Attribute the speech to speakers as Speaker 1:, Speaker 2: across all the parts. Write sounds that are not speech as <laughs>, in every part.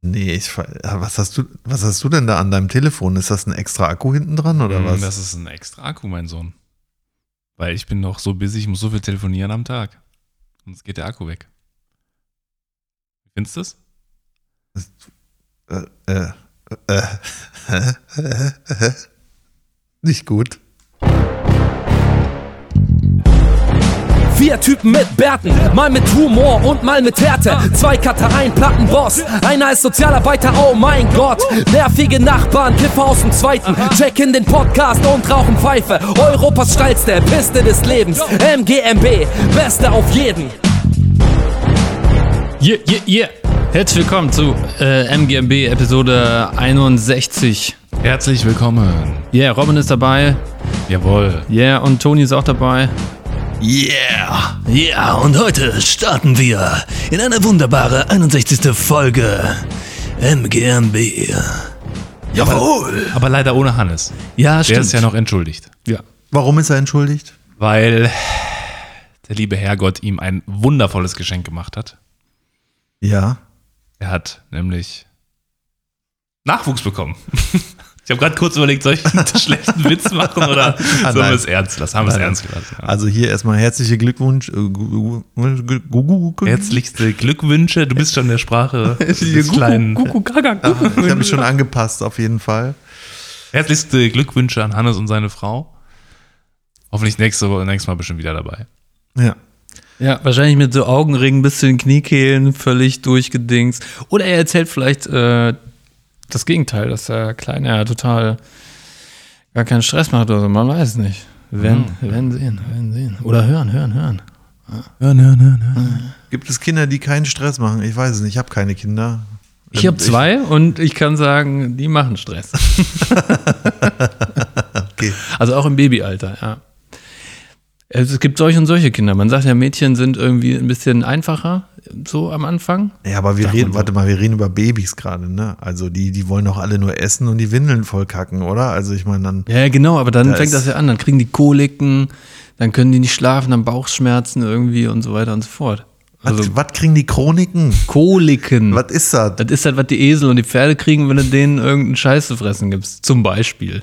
Speaker 1: Nee, ich, äh, was, hast du, was hast du denn da an deinem Telefon? Ist das ein extra Akku hinten dran oder
Speaker 2: Mm,
Speaker 3: Hm,
Speaker 1: was?
Speaker 3: Das ist ein extra Akku, mein Sohn. Weil ich bin noch so busy, ich muss so viel telefonieren am Tag. Sonst geht der Akku weg. Findest du das?
Speaker 1: äh, äh, äh, nicht gut.
Speaker 4: Vier Typen mit Bärten, mal mit Humor und mal mit Härte. Zwei Cutter, ein Plattenboss, einer ist Sozialarbeiter, oh mein Gott. Nervige Nachbarn, Kiffer aus dem Zweiten, checken den Podcast und rauchen Pfeife. Europas steilste Piste des Lebens, MGMB, Beste auf jeden.
Speaker 2: Yeah, yeah, yeah. Herzlich willkommen zu äh, MGMB Episode 61.
Speaker 3: Herzlich willkommen.
Speaker 2: Yeah, Robin ist dabei.
Speaker 3: Jawohl.
Speaker 2: Yeah, und Toni ist auch dabei.
Speaker 5: Yeah! Ja, und heute starten wir in eine wunderbare 61. Folge MGMB. Jawohl!
Speaker 3: Aber leider ohne Hannes.
Speaker 2: Ja,
Speaker 3: Der ist ja noch entschuldigt.
Speaker 2: Ja.
Speaker 1: Warum ist er entschuldigt?
Speaker 3: Weil der liebe Herrgott ihm ein wundervolles Geschenk gemacht hat.
Speaker 1: Ja.
Speaker 3: Er hat nämlich Nachwuchs bekommen. <laughs> Ich habe gerade kurz überlegt, soll ich einen <laughs> schlechten Witz machen oder sollen wir
Speaker 1: Ah, nein.
Speaker 3: es ernst lassen? Haben wir es
Speaker 1: Nein.
Speaker 3: ernst gelassen? Ja.
Speaker 1: Also hier erstmal herzlichen Glückwunsch. äh, gu- gu- gu- gu- gu-
Speaker 3: Herzlichste Glückwünsche. Du bist schon der Sprache
Speaker 2: <laughs>
Speaker 3: des kleinen.
Speaker 1: <laughs> Ich habe mich schon angepasst, auf jeden Fall.
Speaker 3: Herzlichste Glückwünsche an Hannes und seine Frau. Hoffentlich nächste, Woche- nächstes Mal bestimmt wieder dabei.
Speaker 1: Ja.
Speaker 2: Ja, wahrscheinlich mit so Augenringen bis zu den Kniekehlen, völlig durchgedings. Oder er erzählt vielleicht äh, das Gegenteil, dass der Kleine ja total gar keinen Stress macht oder so. Man weiß es nicht. Wenn, wenn sehen, wenn sehen. Oder hören, hören, hören.
Speaker 3: Hören, hören, hören, hören.
Speaker 1: Gibt es Kinder, die keinen Stress machen? Ich weiß es nicht. Ich habe keine Kinder. Ähm,
Speaker 2: Also Ich habe zwei und ich kann sagen, die machen <laughs> Stress.
Speaker 1: Okay.
Speaker 2: Also auch im Babyalter, ja. Also Es gibt solche und solche Kinder. Man sagt ja, Mädchen sind irgendwie ein bisschen einfacher, so am Anfang.
Speaker 1: Ja, aber wir
Speaker 2: Sag
Speaker 1: reden,
Speaker 2: mal so.
Speaker 1: warte mal, wir reden über Babys gerade, ne? Also die, die wollen doch alle nur essen und die Windeln vollkacken, oder? Also ich meine, dann.
Speaker 2: Ja, genau, aber dann
Speaker 1: Da
Speaker 2: fängt
Speaker 1: ist-
Speaker 2: das ja an. Dann kriegen die Koliken, dann können die nicht schlafen, dann Bauchschmerzen irgendwie und so weiter und so fort. Also
Speaker 1: was, was kriegen die
Speaker 2: <laughs>
Speaker 1: Chroniken?
Speaker 2: Koliken.
Speaker 1: Was ist das?
Speaker 2: Das ist halt, was die Esel und die Pferde kriegen, wenn du denen irgendeinen Scheiß zu fressen gibst. Zum Beispiel.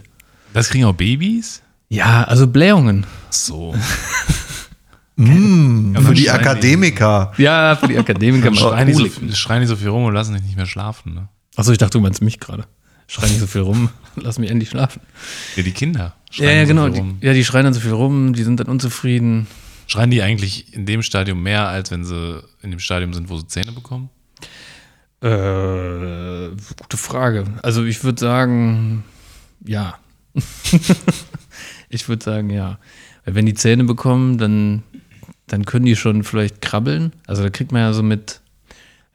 Speaker 3: Das kriegen auch Babys?
Speaker 2: Ja, also Blähungen. <laughs>
Speaker 3: So.
Speaker 1: Mm, für die
Speaker 3: schreien die-
Speaker 1: Akademiker.
Speaker 2: Ja, für
Speaker 3: <laughs>
Speaker 2: die Akademiker.
Speaker 3: Schreien die,
Speaker 2: Koliken.
Speaker 3: so, schreien die so viel rum und lassen dich nicht mehr schlafen. Ne?
Speaker 2: Achso, ich dachte, du meinst mich gerade. Schrei nicht so viel rum, lass mich endlich schlafen.
Speaker 3: Ja, die Kinder.
Speaker 2: Ja, ja,
Speaker 3: so
Speaker 2: genau.
Speaker 3: viel
Speaker 2: Die,
Speaker 3: rum.
Speaker 2: ja, die schreien dann so viel rum, die sind dann unzufrieden.
Speaker 3: Schreien die eigentlich in dem Stadium mehr, als wenn sie in dem Stadium sind, wo sie Zähne bekommen?
Speaker 2: Äh, gute Frage. Also ich würde sagen, ja. <laughs> ich würde sagen, ja. Weil wenn die Zähne bekommen, dann, dann können die schon vielleicht krabbeln. Also da kriegt man ja so mit,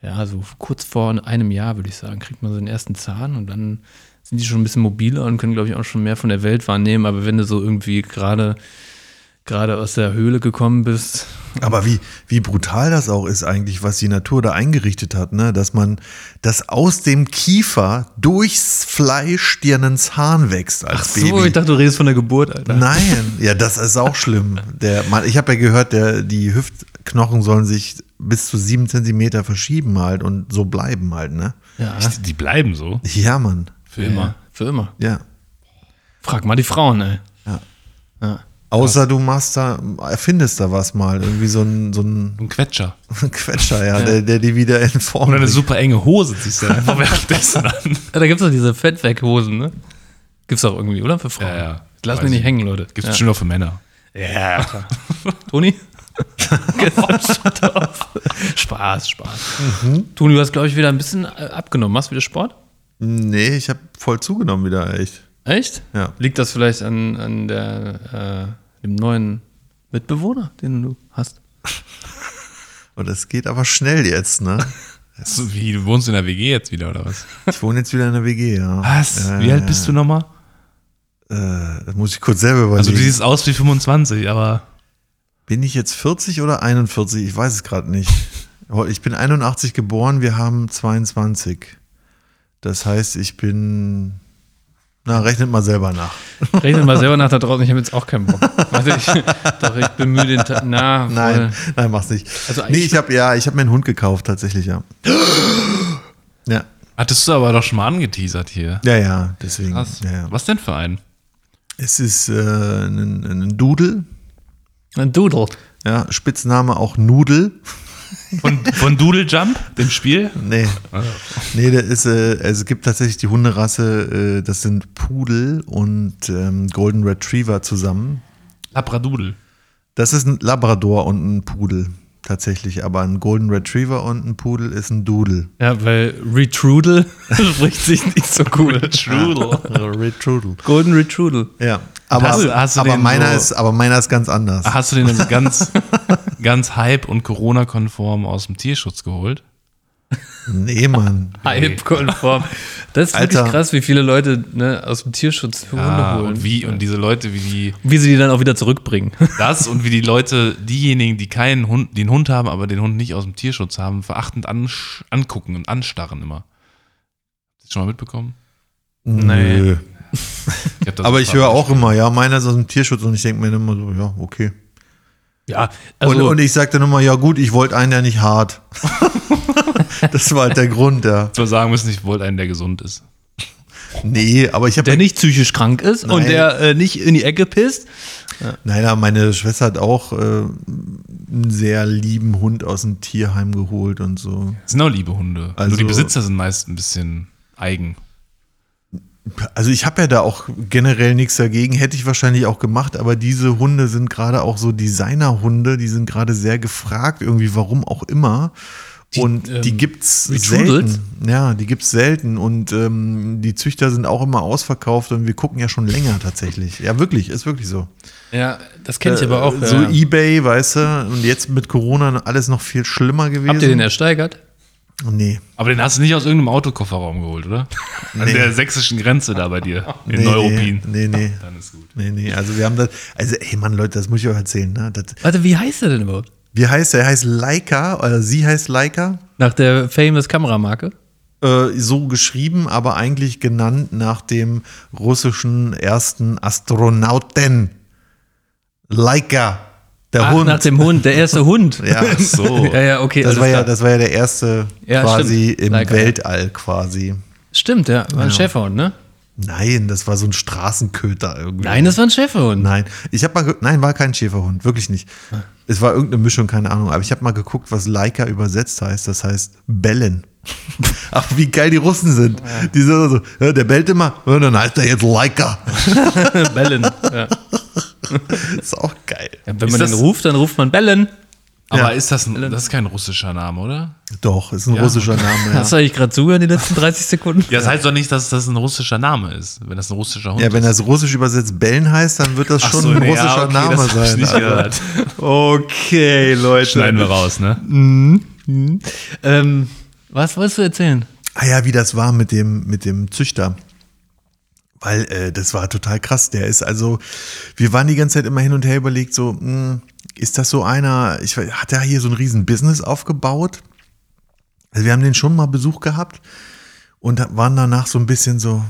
Speaker 2: ja, so kurz vor einem Jahr, würde ich sagen, kriegt man so den ersten Zahn und dann sind die schon ein bisschen mobiler und können, glaube ich, auch schon mehr von der Welt wahrnehmen. Aber wenn du so irgendwie gerade gerade aus der Höhle gekommen bist,
Speaker 1: Aber wie, wie brutal das auch ist eigentlich, was die Natur da eingerichtet hat, ne? Dass man, dass aus dem Kiefer durchs Fleisch dir einen Zahn wächst als Baby.
Speaker 2: ich dachte, du redest von der Geburt, Alter.
Speaker 1: Nein, ja, das ist auch schlimm. Der, man, ich habe ja gehört, der, die Hüftknochen sollen sich bis zu sieben Zentimeter verschieben halt und so bleiben halt, ne?
Speaker 2: Ja,
Speaker 3: Die, die bleiben so.
Speaker 1: Ja, Mann.
Speaker 3: Für immer.
Speaker 2: für immer.
Speaker 1: Ja.
Speaker 2: Frag mal die Frauen, ey.
Speaker 1: Außer du machst da, erfindest da was mal, irgendwie so ein, so ein <laughs>
Speaker 3: Ein Quetscher.
Speaker 1: Quetscher, ja, Der, der die wieder in Form
Speaker 3: Oder eine
Speaker 1: bringt.
Speaker 3: super enge Hose ziehst du dann einfach <laughs> währenddessen an.
Speaker 2: Ja, Ah, da gibt's doch diese Fettweghosen, ne? Gibt's auch irgendwie, oder? Für Frauen.
Speaker 3: Ja, ja.
Speaker 2: Lass
Speaker 3: Weiß
Speaker 2: mich nicht
Speaker 3: ich.
Speaker 2: hängen, Leute.
Speaker 3: Gibt es
Speaker 2: ja.
Speaker 3: bestimmt auch für Männer. <laughs>
Speaker 2: Toni?
Speaker 3: Genau.
Speaker 2: <laughs> Spaß, Spaß.
Speaker 3: Mhm.
Speaker 2: Toni, du hast, glaube ich, wieder ein bisschen äh, abgenommen. Machst du wieder Sport?
Speaker 1: Nee, ich habe voll zugenommen wieder, echt.
Speaker 2: Echt?
Speaker 1: Ja.
Speaker 2: Liegt das vielleicht an, an der, äh, dem neuen Mitbewohner, den du hast?
Speaker 1: Und das geht aber schnell jetzt,
Speaker 3: <laughs>
Speaker 1: ne?
Speaker 3: So Wie, du wohnst in der WG jetzt wieder, oder was?
Speaker 1: Ich wohne jetzt wieder in der WG, ja. Ja,
Speaker 3: Wie alt bist du nochmal?
Speaker 1: Äh, das muss ich kurz selber überlegen.
Speaker 3: Also du siehst aus wie 25, aber
Speaker 1: Bin ich jetzt 40 oder 41? Ich weiß es gerade nicht. Oh, Ich bin 81 geboren, wir haben 22. Das heißt, ich bin. Na, rechnet mal selber nach.
Speaker 2: Rechnet mal selber nach da draußen, ich habe jetzt auch keinen Bock. Warte, ich, <laughs> doch, ich bemühe den Tag. Na,
Speaker 1: Nein,
Speaker 2: voll.
Speaker 1: nein, mach's nicht.
Speaker 2: Also
Speaker 1: nee,
Speaker 2: eigentlich-
Speaker 1: ich habe ja, ich habe mir einen Hund gekauft, tatsächlich, ja. Ja.
Speaker 3: Hattest du aber doch schon mal angeteasert hier.
Speaker 1: Ja, ja, deswegen.
Speaker 3: Krass.
Speaker 1: Ja, ja.
Speaker 3: Was denn für einen?
Speaker 1: Es ist äh, ein, ein Doodle.
Speaker 2: Ein Doodle.
Speaker 1: Ja, Spitzname auch Nudel. <laughs>
Speaker 3: Von, von Doodle Jump, dem Spiel?
Speaker 1: Nee. Nee, der ist, äh, also es gibt tatsächlich die Hunderasse, äh, das sind Pudel und ähm, Golden Retriever zusammen.
Speaker 3: Labradoodle.
Speaker 1: Das ist ein Labrador und ein Pudel, tatsächlich. Aber ein Golden Retriever und ein Pudel ist ein Doodle. <laughs>
Speaker 2: Ja, weil Retrudel
Speaker 3: <laughs>
Speaker 2: spricht sich nicht so cool.
Speaker 3: Doodle.
Speaker 1: Retrudel.
Speaker 2: Golden Retrudel.
Speaker 1: Ja. Aber,
Speaker 3: Hast du- hast du
Speaker 1: aber,
Speaker 3: den
Speaker 1: meiner
Speaker 3: so-
Speaker 1: ist, aber meiner ist ganz anders.
Speaker 3: Ah. Hast du den dann ganz, ganz hype und Corona-konform aus dem Tierschutz geholt?
Speaker 1: Nee, Mann.
Speaker 2: Hype-konform. Das ist
Speaker 1: Alter.
Speaker 2: wirklich krass, wie viele Leute ne, aus dem Tierschutz für
Speaker 3: Ah,
Speaker 2: Hunde holen.
Speaker 3: und wie, und diese Leute, wie die,
Speaker 2: Wie sie die dann auch wieder <laughs> zurückbringen.
Speaker 3: das und wie die Leute, diejenigen, die keinen Hund, den Hund haben, aber den Hund nicht aus dem Tierschutz haben, verachtend ansch- angucken und anstarren immer. Hast du das schon mal mitbekommen?
Speaker 1: Nee. Nö.
Speaker 3: Ich hab das
Speaker 1: Aber
Speaker 3: super
Speaker 1: ich höre auch immer, ja, meiner ist aus dem Tierschutz und ich denke mir dann immer so, ja, okay.
Speaker 2: Ja,
Speaker 1: und, und ich sage dann immer, ja gut, ich wollte einen, der nicht hart. das war halt der Grund, ja.
Speaker 3: Zwar sagen müssen, ich wollte einen, der gesund ist.
Speaker 1: Nee, aber ich habe
Speaker 2: der nicht psychisch krank ist
Speaker 1: Nein.
Speaker 2: und der äh, nicht in die Ecke pisst.
Speaker 1: Nein, aber meine Schwester hat auch äh, einen sehr lieben Hund aus dem Tierheim geholt und so.
Speaker 3: Das sind auch liebe Hunde.
Speaker 1: Also-
Speaker 3: Nur die Besitzer sind meist ein bisschen eigen.
Speaker 1: Also ich habe ja da auch generell nichts dagegen, hätte ich wahrscheinlich auch gemacht, aber diese Hunde sind gerade auch so Designerhunde, die sind gerade sehr gefragt, irgendwie warum auch immer. und die
Speaker 2: ähm,
Speaker 1: gibt's
Speaker 2: Retrudels?
Speaker 1: selten. Ja, die gibt's selten. Und ähm, die Züchter sind auch immer ausverkauft und wir gucken ja schon länger tatsächlich. Ja, wirklich, ist wirklich so.
Speaker 2: Ja, das kenne ich
Speaker 1: Äh, so Ebay, weißt du, und jetzt mit Corona alles noch viel schlimmer gewesen.
Speaker 2: Habt ihr den ersteigert?
Speaker 1: Nee.
Speaker 3: Aber den hast du nicht aus irgendeinem Autokofferraum geholt, oder? An
Speaker 1: Nee.
Speaker 3: der sächsischen Grenze da bei dir. In
Speaker 1: nee,
Speaker 3: Neuruppin.
Speaker 1: Nee, nee.
Speaker 3: Dann ist gut.
Speaker 1: Nee, nee, also wir haben das, also ey Mann, Leute, das muss ich euch erzählen, ne? Das,
Speaker 2: Warte, wie heißt der denn überhaupt?
Speaker 1: wie heißt er? Er heißt Leica, oder sie heißt Leica,
Speaker 2: Nach der famous Kameramarke?
Speaker 1: äh, so geschrieben, aber eigentlich genannt nach dem russischen ersten Astronauten. Leica, der
Speaker 2: Ach,
Speaker 1: Hund.
Speaker 2: Ah, Nach dem Hund, der <laughs> erste Hund.
Speaker 1: ja,
Speaker 3: Ach so.
Speaker 2: <laughs> ja, ja, okay.
Speaker 1: das
Speaker 2: alles
Speaker 1: war ja,
Speaker 2: klar.
Speaker 1: das war ja der erste
Speaker 2: Ja,
Speaker 1: quasi
Speaker 2: stimmt.
Speaker 1: im
Speaker 2: Leica.
Speaker 1: Weltall quasi.
Speaker 2: Stimmt, ja. War ein Schäferhund, ne?
Speaker 1: Nein, das war so ein Straßenköter irgendwie.
Speaker 2: Nein, das war ein Schäferhund.
Speaker 1: Nein, ich habe mal, ge- nein, war kein Schäferhund, wirklich nicht. Es war irgendeine Mischung, keine Ahnung. Aber ich habe mal geguckt, was Leica übersetzt heißt. Das heißt bellen. <laughs> Ach, wie geil die Russen sind. Die sind so, ja, der bellt immer, ja, dann heißt er jetzt Leica.
Speaker 2: <laughs> Bellen. Ja.
Speaker 1: <laughs> Ist auch geil.
Speaker 2: Ja, wenn
Speaker 3: Ist
Speaker 2: man den
Speaker 3: das-
Speaker 2: ruft, dann ruft man Bellen.
Speaker 3: Aber
Speaker 1: Ja.
Speaker 3: ist das, ein, das ist kein russischer Name, oder?
Speaker 1: Doch, ist ein russischer Name. Ja.
Speaker 2: Hast du eigentlich gerade zugehört die letzten 30 Sekunden?
Speaker 3: Ja, das heißt doch nicht, dass das ein russischer Name ist, wenn das ein russischer Hund
Speaker 1: ja, wenn
Speaker 3: ist.
Speaker 1: das russisch übersetzt bellen heißt, dann wird das
Speaker 3: Ach
Speaker 1: schon
Speaker 3: so,
Speaker 1: ein
Speaker 3: nee,
Speaker 1: russischer
Speaker 3: ja, okay,
Speaker 1: Name
Speaker 3: das hab ich
Speaker 1: sein. Also,
Speaker 3: nicht
Speaker 1: Alter.
Speaker 3: gehört.
Speaker 1: Okay, Leute.
Speaker 3: Schneiden wir raus, ne?
Speaker 2: Ähm, was wolltest du erzählen?
Speaker 1: Ah ja, wie das war mit dem, mit dem Züchter. Weil äh, das war total krass. Der ist also, wir waren die ganze Zeit immer hin und her überlegt, so, mh, ist das so einer, ich weiß, hat er hier so ein riesen Business aufgebaut? Also wir haben den schon mal Besuch gehabt und waren danach so ein bisschen so,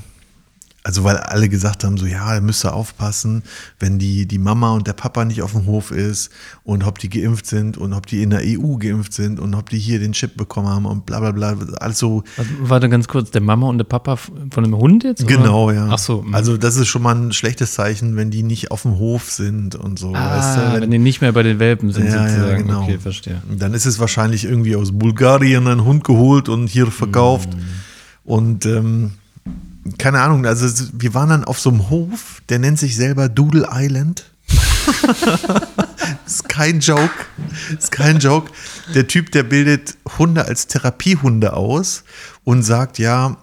Speaker 1: also weil alle gesagt haben, so ja, er müsste aufpassen, wenn die, die Mama und der Papa nicht auf dem Hof ist und ob die geimpft sind und ob die in der EU geimpft sind und ob die hier den Chip bekommen haben und bla bla bla. Alles so
Speaker 2: Warte, Warte ganz kurz, der Mama und der Papa f- von dem Hund jetzt? oder?
Speaker 1: Genau, ja.
Speaker 2: Ach so. hm.
Speaker 1: Also das ist schon mal ein schlechtes Zeichen, wenn die nicht auf dem Hof sind und so. weißt du,
Speaker 2: ah, wenn die nicht mehr bei den Welpen sind,
Speaker 1: ja, ja,
Speaker 2: sozusagen.
Speaker 1: genau.
Speaker 2: Okay, verstehe.
Speaker 1: Dann ist es wahrscheinlich irgendwie aus Bulgarien einen Hund geholt und hier verkauft.
Speaker 2: Hm.
Speaker 1: Und ähm, keine Ahnung, also es- wir waren dann auf so einem Hof, der nennt sich selber Doodle Island. ist kein Joke. Ist kein Joke. Der Typ, der bildet Hunde als Therapiehunde aus und sagt, ja,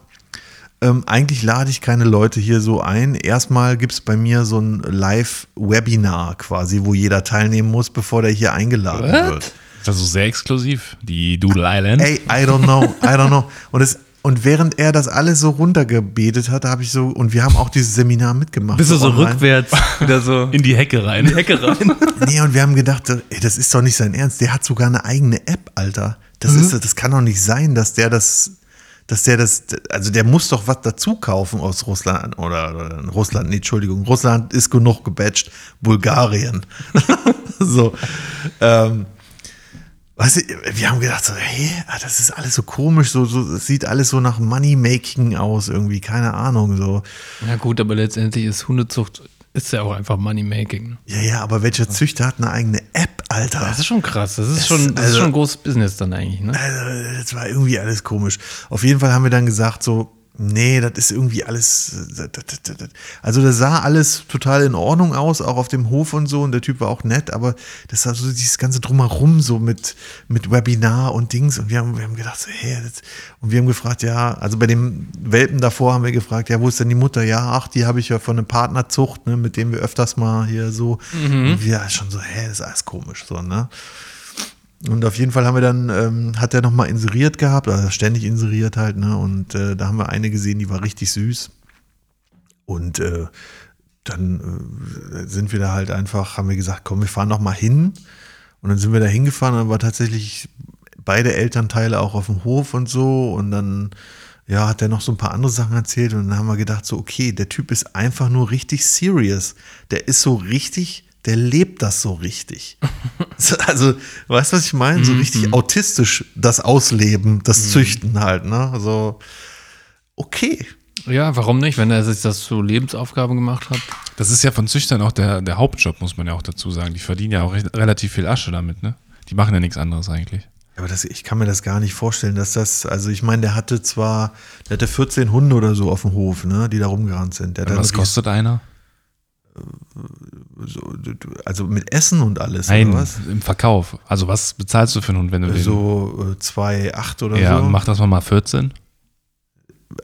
Speaker 1: ähm, eigentlich lade ich keine Leute hier so ein. Erstmal gibt es bei mir so ein Live-Webinar quasi, wo jeder teilnehmen muss, bevor der hier eingeladen wird.
Speaker 3: Ist das so sehr exklusiv, die Doodle Island?
Speaker 1: Ey, I don't know, I don't know. Und, es, und während er das alles so runtergebetet hat, habe ich so, und wir haben auch dieses Seminar mitgemacht.
Speaker 2: Bist du so
Speaker 1: online.
Speaker 2: rückwärts <laughs> wieder so
Speaker 3: In die Hecke rein.
Speaker 2: Ecke rein?
Speaker 1: Nee, und wir haben gedacht, ey, das ist doch nicht sein Ernst. Der hat sogar eine eigene App, Alter. Das, ist, das kann doch nicht sein, dass der das, dass der das, also der muss doch was dazu kaufen aus Russland oder, oder Russland, nee, Entschuldigung, Russland ist genug <laughs> gebatcht, Bulgarien. so. Ähm, Weißt du, wir haben gedacht, so, hey, ah, das ist alles so komisch, so, so, es sieht alles so nach Money-Making aus irgendwie, keine Ahnung, so.
Speaker 2: Na gut, aber letztendlich ist Hundezucht ist ja auch einfach Money-Making. ne?
Speaker 1: Ja, ja, aber welcher Züchter hat eine eigene App, Alter?
Speaker 2: Das ist schon krass. Das ist, schon, das ist
Speaker 1: also-
Speaker 2: schon ein großes Business dann eigentlich. Ne?
Speaker 1: Also, <laughs> das war irgendwie alles komisch. Auf jeden Fall haben wir dann gesagt, so, nee, das ist irgendwie alles. äh, Das, das, das, das. Also, das sah alles total in Ordnung aus, auch auf dem Hof und so. Und der Typ war auch nett, aber das war so dieses ganze Drumherum, so mit, mit Webinar und Dings. Und wir haben, wir haben gedacht, so, hä, das, und wir haben gefragt, ja, also bei dem Welpen davor haben wir gefragt, ja, wo ist denn die Mutter? Ja, ach, die habe ich ja von einem Partnerzucht, ne, mit dem wir öfters mal hier so. Und wir schon so, hä, das ist alles komisch, so, ne? Und auf jeden Fall haben wir dann, ähm, hat er nochmal inseriert gehabt, also ständig inseriert halt, ne? Und äh, da haben wir eine gesehen, die war richtig süß. Und äh, dann äh, sind wir da halt einfach, haben wir gesagt, komm, wir fahren nochmal hin. Und dann sind wir da hingefahren, dann war tatsächlich beide Elternteile auch auf dem Hof und so. Und dann, ja, hat er noch so ein paar andere Sachen erzählt. Und dann haben wir gedacht, so, okay, der Typ ist einfach nur richtig serious. Der ist so richtig, der lebt das so richtig. So, Also, weißt du, was ich meine?
Speaker 3: Mhm,
Speaker 1: So richtig autistisch das Ausleben, das Züchten halt, ne? Also, okay.
Speaker 2: Ja, warum nicht, wenn er sich das zur Lebensaufgabe gemacht hat?
Speaker 3: <laughs> Das ist ja von Züchtern auch der, der Hauptjob, muss man ja auch dazu sagen. Die verdienen ja auch recht, relativ viel Asche damit, ne? Die machen ja nichts anderes eigentlich.
Speaker 1: Aber das, ich kann mir das gar nicht vorstellen, dass das, also ich meine, der hatte zwar, der hatte 14 Hunde oder so auf dem Hof, ne, die da rumgerannt sind. Der hat
Speaker 3: Und
Speaker 1: dann
Speaker 3: was
Speaker 1: wirklich-
Speaker 3: kostet einer?
Speaker 1: Also mit Essen und alles,
Speaker 3: Ein,
Speaker 1: oder was?
Speaker 3: im Verkauf. Also was bezahlst du für einen Hund, wenn du den...
Speaker 1: So äh, 2,8 oder
Speaker 3: ja,
Speaker 1: so.
Speaker 3: und mach das mal mal 14.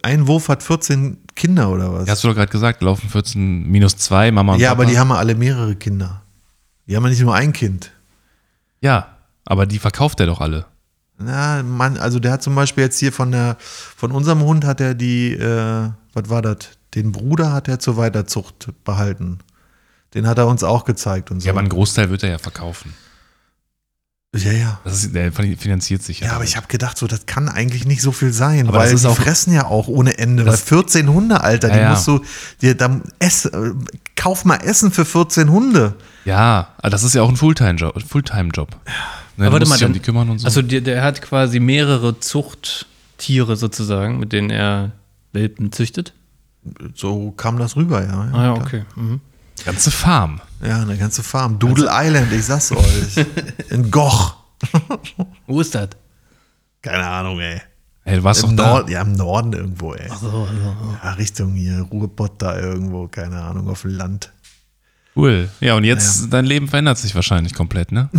Speaker 1: Ein Wurf hat 14 Kinder oder was?
Speaker 3: Hast du doch gerade gesagt, laufen 14 minus 2, Mama und
Speaker 1: ja,
Speaker 3: Papa.
Speaker 1: aber die haben ja alle mehrere Kinder. Die haben ja nicht nur ein Kind.
Speaker 3: Ja, aber die verkauft er doch alle.
Speaker 1: Na, Mann, also der hat zum Beispiel jetzt hier von der, von unserem Hund hat er die, äh, was war das? Den Bruder hat er zur Weiterzucht behalten. Den hat er uns auch gezeigt und so.
Speaker 3: Ja, aber einen Großteil wird er ja verkaufen.
Speaker 1: ja, ja.
Speaker 3: Das ist, der finanziert sich
Speaker 1: Ja, aber ich habe gedacht, so, das kann eigentlich nicht so viel sein,
Speaker 3: Aber
Speaker 1: weil
Speaker 3: das ist
Speaker 1: die
Speaker 3: auch-
Speaker 1: fressen ja auch ohne Ende. Weil
Speaker 3: Das-
Speaker 1: 14 Hunde, Alter,
Speaker 3: Ja,
Speaker 1: die
Speaker 3: ja.
Speaker 1: musst du, dir dann ess, äh, kauf mal Essen für 14 Hunde.
Speaker 3: Ja, aber das ist ja auch ein Fulltime-Job. Fulltime-Job. Ne, du musst dich um die kümmern und so.
Speaker 2: Also der, der hat quasi mehrere Zuchttiere sozusagen, mit denen er Welpen züchtet.
Speaker 1: So kam das rüber, ja.
Speaker 2: Ah ja, okay. Mhm.
Speaker 3: ganze Farm.
Speaker 1: Ja, eine ganze Farm. Doodle
Speaker 3: Also-
Speaker 1: Island, ich sag's
Speaker 3: <laughs>
Speaker 1: euch. In Goch.
Speaker 2: Wo ist das?
Speaker 1: Keine Ahnung, ey.
Speaker 3: Hey, du warst doch
Speaker 1: Im
Speaker 3: da.
Speaker 1: Norden, ja, im Norden irgendwo, ey. Ja, Richtung hier, Ruhrpott da irgendwo, keine Ahnung, auf dem Land.
Speaker 3: Cool. Ja, und jetzt, dein Leben verändert sich wahrscheinlich komplett, ne?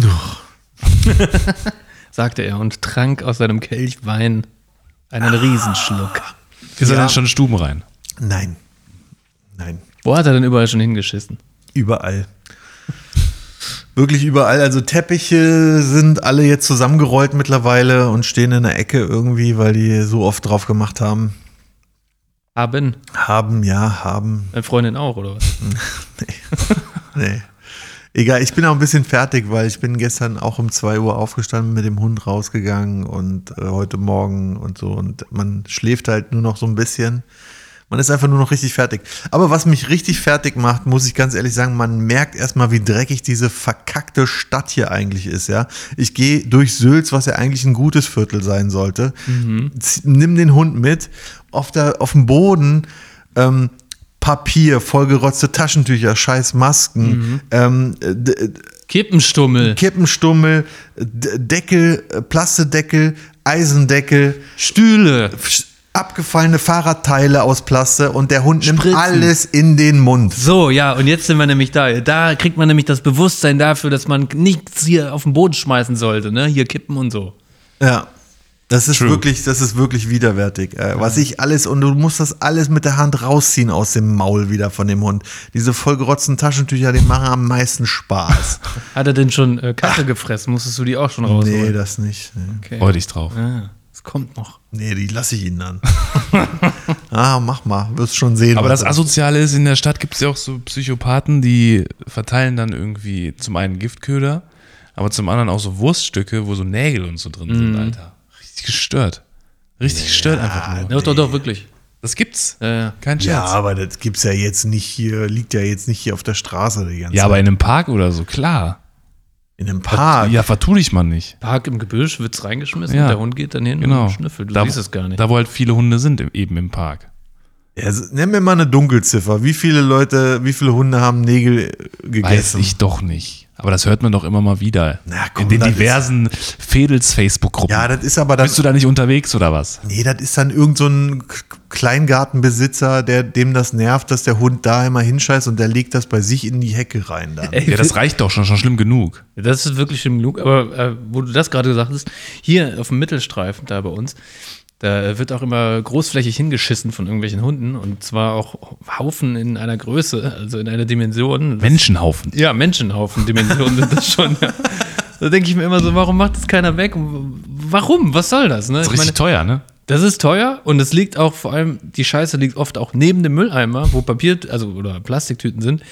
Speaker 2: sagte er und trank aus seinem Kelch Wein einen Riesenschluck.
Speaker 3: Ist er denn schon in Stuben rein?
Speaker 1: Nein. Nein.
Speaker 2: Wo hat er denn überall schon hingeschissen?
Speaker 1: Überall. Wirklich überall. Also Teppiche sind alle jetzt zusammengerollt mittlerweile und stehen in der Ecke irgendwie, weil die so oft drauf gemacht haben.
Speaker 2: Haben.
Speaker 1: Haben, ja, haben.
Speaker 2: Deine Freundin auch, oder was?
Speaker 1: Nee. Egal, ich bin auch ein bisschen fertig, weil ich bin gestern auch um 2 Uhr aufgestanden, mit dem Hund rausgegangen und äh, heute Morgen und so. Und man schläft halt nur noch so ein bisschen. Man ist einfach nur noch richtig fertig. Aber was mich richtig fertig macht, muss ich ganz ehrlich sagen, man merkt erstmal, wie dreckig diese verkackte Stadt hier eigentlich ist, ja. Ich gehe durch Sülz, was ja eigentlich ein gutes Viertel sein sollte. Z- Nimm den Hund mit. Auf, der, auf dem Boden ähm, Papier, vollgerotzte Taschentücher, scheiß
Speaker 2: Mhm.
Speaker 1: Masken, ähm, d-
Speaker 2: Kippenstummel.
Speaker 1: Kippenstummel, d- Deckel, äh, Plastedeckel, Eisendeckel,
Speaker 2: Stühle.
Speaker 1: Psch- abgefallene Fahrradteile aus Plaste und der Hund nimmt
Speaker 2: Spritzen.
Speaker 1: alles in den Mund.
Speaker 2: So, ja, und jetzt sind wir nämlich da. Da kriegt man nämlich das Bewusstsein dafür, dass man nichts hier auf den Boden schmeißen sollte, ne? Hier kippen und so.
Speaker 1: Ja. Das ist wirklich, das ist wirklich widerwärtig. Äh, was ich alles, und du musst das alles mit der Hand rausziehen aus dem Maul wieder von dem Hund. Diese vollgerotzten Taschentücher, die machen am meisten
Speaker 2: <laughs>
Speaker 1: Spaß.
Speaker 2: Hat er denn schon äh, Kacke gefressen? Musstest du die auch schon
Speaker 1: nee,
Speaker 2: rausholen?
Speaker 1: das nicht. Nee,
Speaker 2: Okay.
Speaker 3: Freu dich drauf.
Speaker 2: Ah, es kommt noch.
Speaker 1: nee die lasse ich ihnen dann. <laughs> ah, mach mal, wirst schon sehen.
Speaker 3: Aber
Speaker 1: was
Speaker 3: das Asoziale ist, in der Stadt gibt es ja auch so Psychopathen, die verteilen dann irgendwie zum einen Giftköder, aber zum anderen auch so Wurststücke, wo so Nägel und so drin sind, Alter. Richtig gestört. Richtig gestört einfach nur.
Speaker 2: Doch, doch, doch, wirklich.
Speaker 3: Das gibt's.
Speaker 2: Ja, ja.
Speaker 3: Kein Scherz.
Speaker 1: ja, aber das gibt's ja jetzt nicht hier, liegt ja jetzt nicht hier auf der Straße die ganze
Speaker 3: Ja,
Speaker 1: Zeit.
Speaker 3: aber in einem Park oder so, klar.
Speaker 1: In einem Park.
Speaker 3: Ja, vertu dich mal nicht.
Speaker 2: Park im Gebüsch, wird's reingeschmissen,
Speaker 3: Ja.
Speaker 2: der Hund geht dann hin
Speaker 3: Genau.
Speaker 2: und schnüffelt. Hm, Du
Speaker 3: da,
Speaker 2: siehst es gar nicht.
Speaker 3: Da, wo halt viele Hunde sind, im- eben im Park.
Speaker 1: Ja, s- nenn mir mal eine Dunkelziffer. Wie viele Leute, wie viele Hunde haben Nägel äh,
Speaker 3: Weiß
Speaker 1: gegessen?
Speaker 3: ich doch nicht. Aber das hört man doch immer mal wieder.
Speaker 1: Na, komm,
Speaker 3: In den
Speaker 1: das ist-
Speaker 3: diversen Fädels-Facebook-Gruppen.
Speaker 1: Ja, das ist aber dann.
Speaker 3: Bist du da nicht unterwegs oder was?
Speaker 1: Nee, das ist dann irgend so ein K- Kleingartenbesitzer, der dem das nervt, dass der Hund da immer hinscheißt und der legt das bei sich in die Hecke rein dann.
Speaker 3: Ja, das reicht doch schon, schon schlimm genug.
Speaker 2: Das ist wirklich schlimm genug, aber äh, wo du das gerade gesagt hast, hier auf dem Mittelstreifen, da bei uns, da wird auch immer großflächig hingeschissen von irgendwelchen Hunden und zwar auch Haufen in einer Größe, also in einer Dimension.
Speaker 3: Menschenhaufen.
Speaker 2: Ja, Menschenhaufen, Dimensionen sind das schon.
Speaker 3: <laughs>
Speaker 2: Ja. Da denke ich mir immer so, warum macht das keiner weg? Warum? Was soll das? Ne?
Speaker 3: Das ist
Speaker 2: Ich meine,
Speaker 3: richtig teuer, ne?
Speaker 2: das ist teuer und es liegt auch vor allem, die Scheiße liegt oft auch neben dem Mülleimer, wo Papier, also oder Plastiktüten sind.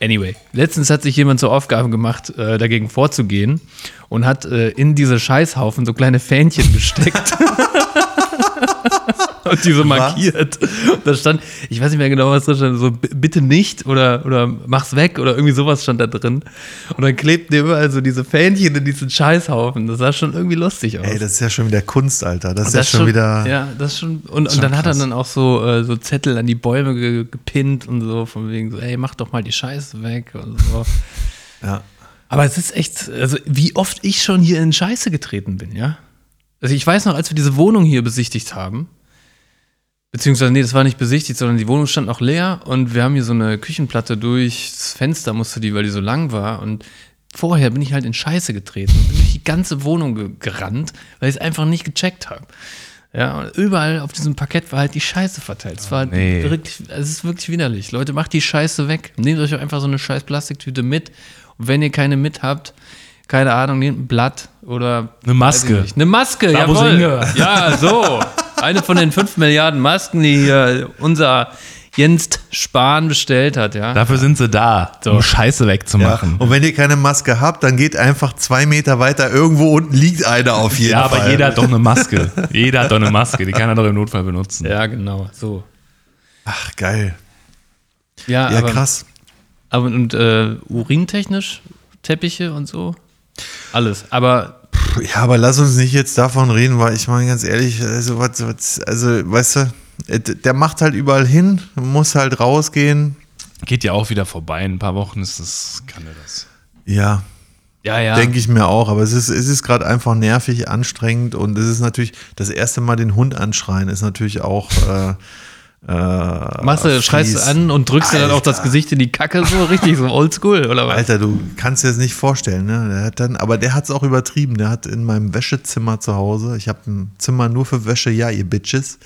Speaker 2: Anyway, letztens hat sich jemand zur Aufgabe gemacht, äh, dagegen vorzugehen und hat äh, in diese Scheißhaufen so kleine Fähnchen gesteckt. <laughs> und diese markiert. Und da stand, ich weiß nicht mehr genau, was drin stand, so "B- bitte nicht oder, oder mach's weg oder irgendwie sowas stand da drin. Und dann klebten die überall so diese Fähnchen in diesen Scheißhaufen. Das sah schon irgendwie lustig aus.
Speaker 1: Ey, das ist ja schon wieder Kunst, Alter. Das ist
Speaker 2: Das
Speaker 1: ja schon, wieder.
Speaker 2: Ja, das ist schon. Und, und dann hat er dann auch so, äh, so Zettel an die Bäume ge gepinnt und so, von wegen so, ey, mach doch mal die Scheiße weg und so.
Speaker 1: Ja.
Speaker 2: Aber es ist echt, also wie oft ich schon hier in Scheiße getreten bin, ja? Also ich weiß noch, als wir diese Wohnung hier besichtigt haben, beziehungsweise, nee, das war nicht besichtigt, sondern die Wohnung stand noch leer und wir haben hier so eine Küchenplatte durchs Fenster musste die, weil die so lang war und vorher bin ich halt in Scheiße getreten, bin durch die ganze Wohnung ge gerannt, weil ich es einfach nicht gecheckt habe. Ja, und überall auf diesem Parkett war halt die Scheiße verteilt. Es war
Speaker 3: Oh, nee.
Speaker 2: wirklich, es ist wirklich widerlich. Leute, macht die Scheiße weg. Nehmt euch einfach so eine scheiß Plastiktüte mit. Und wenn ihr keine mit habt, keine Ahnung, nehmt ein Blatt oder
Speaker 3: Eine
Speaker 2: weiß ich
Speaker 3: Maske.
Speaker 2: nicht. Eine Maske,
Speaker 3: Da, wo sie
Speaker 2: jawohl.
Speaker 3: hingehört.
Speaker 2: Ja, so. Eine von den 5 Milliarden Masken, die hier unser Jens Spahn bestellt hat, ja.
Speaker 3: Dafür sind sie da, um Scheiße wegzumachen.
Speaker 1: Und wenn ihr keine Maske habt, dann geht einfach zwei Meter weiter. Irgendwo unten liegt einer auf jeden
Speaker 3: Ja,
Speaker 1: Fall.
Speaker 3: aber jeder hat doch eine Maske. jeder hat doch eine Maske, die kann er doch im Notfall benutzen.
Speaker 2: Ja, genau, so.
Speaker 1: Ach, geil.
Speaker 2: Ja,
Speaker 1: Ja,
Speaker 2: aber,
Speaker 1: krass.
Speaker 2: Aber, und äh, urintechnisch, Teppiche und so, alles. Aber
Speaker 1: Puh, Ja, aber lass uns nicht jetzt davon reden, weil ich meine ganz ehrlich, also was, was also weißt du, äh, d- der macht halt überall hin, muss halt rausgehen.
Speaker 3: Geht ja auch wieder vorbei. In ein paar Wochen ist das, kann er das.
Speaker 1: Ja,
Speaker 2: ja, ja.
Speaker 1: denke ich mir auch, aber es ist es ist gerade einfach nervig, anstrengend und es ist natürlich das erste Mal den Hund anschreien ist natürlich auch äh, äh,
Speaker 2: Machst du, schreist du
Speaker 1: fies.
Speaker 2: an und drückst dir dann auch das
Speaker 1: Alter.
Speaker 2: Gesicht in die Kacke so, richtig so oldschool, oder was?
Speaker 1: Alter, du kannst dir das nicht vorstellen, ne? Der hat dann, aber der hat es auch übertrieben. Der hat in meinem Wäschezimmer zu Hause, ich habe ein Zimmer nur für Wäsche, ja, ihr
Speaker 2: <laughs>
Speaker 1: Bitches.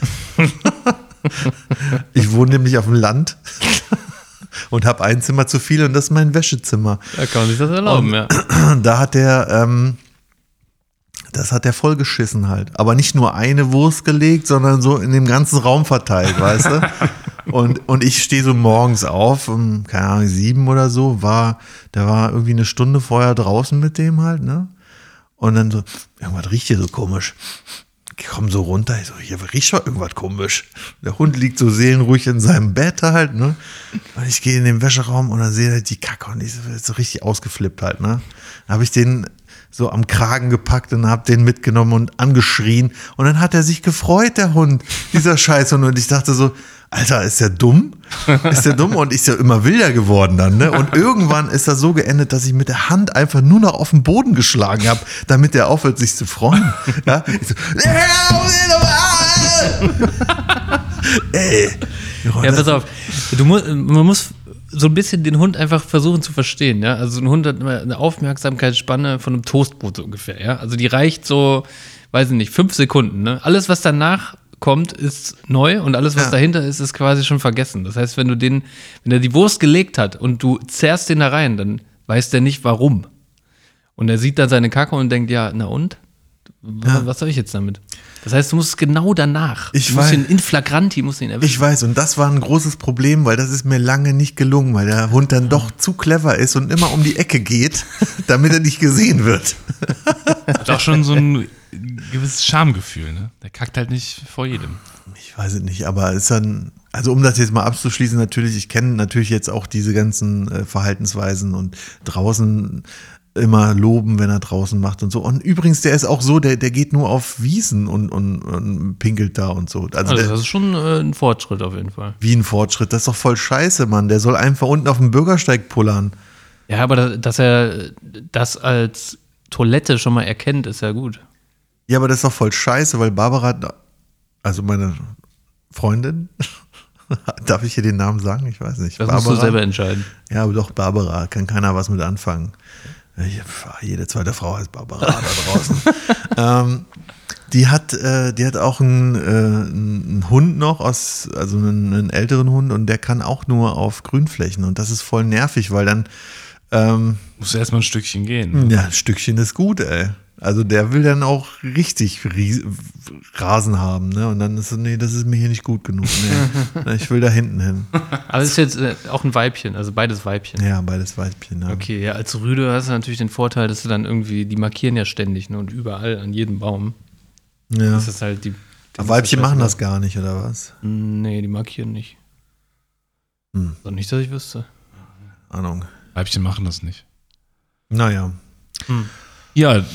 Speaker 1: ich wohne nämlich auf dem Land <laughs> und habe ein Zimmer zu viel und das ist mein Wäschezimmer.
Speaker 2: Da kann man sich das erlauben, ja.
Speaker 1: Und <clears throat> da hat der, ähm, das hat der vollgeschissen halt. Aber nicht nur eine Wurst gelegt, sondern so in dem ganzen Raum verteilt, weißt du? Und, und ich stehe so morgens auf, um, keine Ahnung, sieben oder so, war, da war irgendwie eine Stunde vorher draußen mit dem halt, ne? Und dann so, irgendwas riecht hier so komisch. Ich komm so runter, ich so, hier riecht schon irgendwas komisch. Der Hund liegt so seelenruhig in seinem Bett halt, ne? Und ich gehe in den Wäscheraum und dann sehe ich halt die Kacke und ich so, so richtig ausgeflippt halt, ne? Dann habe ich den so am Kragen gepackt und habe den mitgenommen und angeschrien. Und dann hat er sich gefreut, der Hund, dieser Scheißhund. Und ich dachte so, Alter, ist der dumm? Ist der dumm? Und ist ja immer wilder geworden dann, ne? Und irgendwann ist das so geendet, dass ich mit der Hand einfach nur noch auf den Boden geschlagen habe, damit er aufhört, sich zu freuen. Ja? Ich so, Ey.
Speaker 2: Ja, pass auf. Du mu man muss so ein bisschen den Hund einfach versuchen zu verstehen. Ja? Also ein Hund hat immer eine Aufmerksamkeitsspanne von einem Toastbrot so ungefähr. Ja? Also die reicht so, weiß ich nicht, fünf Sekunden. Ne? Alles, was danach kommt, ist neu und alles, was
Speaker 1: Ja.
Speaker 2: dahinter ist, ist quasi schon vergessen. Das heißt, wenn du den, wenn er die Wurst gelegt hat und du zerrst den da rein, dann weiß der nicht warum. Und er sieht dann seine Kacke und denkt, ja, na und? Was, was soll ich jetzt damit? Das heißt, du musst es genau danach.
Speaker 1: Ich
Speaker 2: du musst
Speaker 1: weiß-
Speaker 2: ihn in flagranti, musst ihn erwischen.
Speaker 1: Ich weiß, und das war ein großes Problem, weil das ist mir lange nicht gelungen, weil der Hund dann doch zu clever ist und immer um die Ecke geht, damit er nicht gesehen wird.
Speaker 3: Hat auch schon so ein gewisses Schamgefühl, ne? Der kackt halt nicht vor jedem.
Speaker 1: Ich weiß es nicht, aber ist dann, also um das jetzt mal abzuschließen, natürlich, ich kenne natürlich jetzt auch diese ganzen äh, Verhaltensweisen und draußen äh, immer loben, wenn er draußen macht und so. Und übrigens, der ist auch so, der, der geht nur auf Wiesen und, und, und pinkelt da und so. Also,
Speaker 2: Also
Speaker 1: der,
Speaker 2: das ist schon äh, ein Fortschritt auf jeden Fall.
Speaker 1: wie ein Fortschritt. Das ist doch voll scheiße, Mann. Der soll einfach unten auf dem Bürgersteig pullern.
Speaker 2: Ja, aber da, dass er das als Toilette schon mal erkennt, ist ja gut.
Speaker 1: Ja, aber das ist doch voll scheiße, weil Barbara, hat- also meine Freundin, <laughs> darf ich hier den Namen sagen? Ich weiß nicht.
Speaker 2: Das musst du selber entscheiden.
Speaker 1: Ja, aber doch Barbara, kann keiner was mit anfangen. Ja, pf, Jede zweite Frau heißt Barbara da
Speaker 2: <laughs>
Speaker 1: draußen. ähm, die hat, äh, die hat auch einen, äh, einen Hund noch, aus, also einen, einen älteren Hund, und der kann auch nur auf Grünflächen. Und das ist voll nervig, weil dann, ähm,
Speaker 3: Muss erstmal ein Stückchen gehen.
Speaker 1: ja, ein Stückchen ist gut, ey. Also der will dann auch richtig Ries Rasen haben, ne? Und dann ist so, nee, das ist mir hier nicht gut genug.
Speaker 2: <laughs>
Speaker 1: Nee. ich will da hinten hin.
Speaker 2: Aber es ist jetzt äh, auch ein Weibchen, also beides Weibchen.
Speaker 1: Ja, beides Weibchen. Ja.
Speaker 2: Okay, ja, als Rüde hast du natürlich den Vorteil, dass du dann irgendwie, die markieren ja ständig ne, und überall an jedem Baum.
Speaker 1: Ja.
Speaker 2: Das ist halt die. die
Speaker 1: Aber Weibchen machen das gar nicht, oder was?
Speaker 2: Nee, die markieren nicht.
Speaker 1: Hm.
Speaker 2: Also nicht, dass ich wüsste.
Speaker 1: Ahnung.
Speaker 3: Weibchen machen das nicht.
Speaker 1: Naja.
Speaker 3: Ja, pff,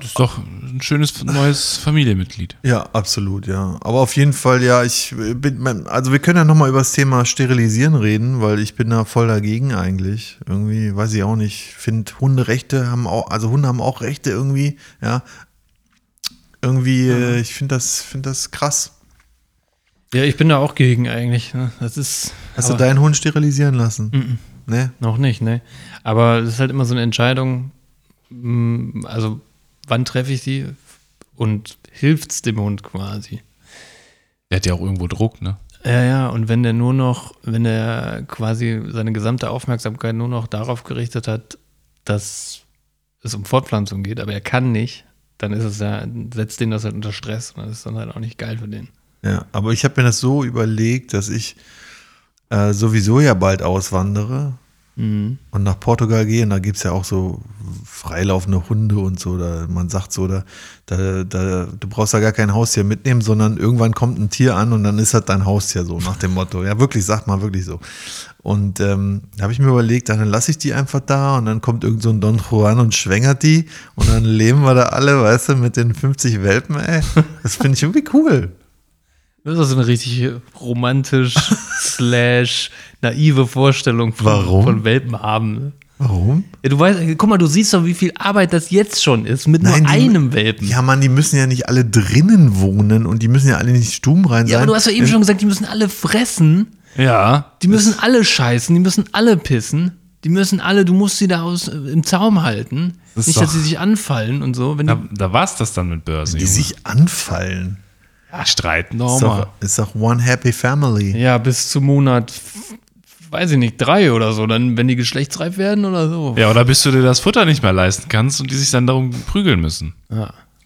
Speaker 3: das ist doch ein schönes neues Familienmitglied.
Speaker 1: Ja, absolut, ja. Aber auf jeden Fall, ja, ich bin, mein- also wir können ja nochmal über das Thema Sterilisieren reden, weil ich bin da voll dagegen eigentlich. Irgendwie, weiß ich auch nicht, finde Hunderechte haben auch, also Hunde haben auch Rechte irgendwie, ja. Irgendwie, äh, ich finde das, finde das krass.
Speaker 2: Ja, ich bin da auch gegen eigentlich. Ne? Das ist.
Speaker 1: Hast
Speaker 2: aber-
Speaker 1: du deinen Hund sterilisieren lassen? Ne?
Speaker 2: Noch nicht, ne? Aber es ist halt immer so eine Entscheidung, mm, also wann treffe ich die und hilft es dem Hund quasi.
Speaker 3: Der hat ja auch irgendwo Druck, ne?
Speaker 2: Ja, ja, und wenn der nur noch, wenn er quasi seine gesamte Aufmerksamkeit nur noch darauf gerichtet hat, dass es um Fortpflanzung geht, aber er kann nicht, dann ist es ja, setzt den das halt unter Stress und das ist dann halt auch nicht geil für den.
Speaker 1: Ja, aber ich habe mir das so überlegt, dass ich äh, sowieso ja bald auswandere und nach Portugal gehe. Und da gibt's ja auch so freilaufende Hunde und so. Da, man sagt so, da, da, da, du brauchst ja gar kein Haustier mitnehmen, sondern irgendwann kommt ein Tier an und dann ist halt dein Haustier so, nach dem Motto. Ja, wirklich, sagt man wirklich so. Und ähm, da habe ich mir überlegt, dann lasse ich die einfach da und dann kommt irgend so ein Don Juan und schwängert die und dann leben wir da alle, weißt du, mit den 50 Welpen, ey. Das finde ich irgendwie cool.
Speaker 2: Das ist so eine richtig <laughs> romantisch slash naive Vorstellung von,
Speaker 1: Warum?
Speaker 2: von Welpen haben. Ne?
Speaker 1: Warum?
Speaker 2: Ja, du weißt, guck mal, du siehst doch, wie viel Arbeit das jetzt schon ist mit
Speaker 1: Nein, die-
Speaker 2: nur einem Welpen.
Speaker 1: Ja, Mann, die müssen ja nicht alle drinnen wohnen und die müssen ja alle nicht stumm rein sein.
Speaker 2: Ja, aber du hast ja eben
Speaker 1: Äh,
Speaker 2: schon gesagt, die müssen alle fressen,
Speaker 3: Ja.
Speaker 2: die müssen alle scheißen, die müssen alle pissen, die müssen alle, du musst sie da aus, äh, im Zaum halten.
Speaker 3: Das ist
Speaker 2: Nicht, dass
Speaker 3: doch-
Speaker 2: sie sich anfallen und so. Wenn
Speaker 3: Da,
Speaker 2: die,
Speaker 3: da war es das dann mit Börsen.
Speaker 1: Die
Speaker 3: Junge.
Speaker 1: sich anfallen.
Speaker 3: streiten
Speaker 1: Ist
Speaker 3: doch
Speaker 1: doch,
Speaker 3: mal.
Speaker 1: ist doch one happy family.
Speaker 2: ja, bis zum Monat, f- weiß ich nicht, drei oder so, dann, wenn die geschlechtsreif werden oder so.
Speaker 3: Ja, oder bis du dir das Futter nicht mehr leisten kannst und die sich dann darum prügeln müssen.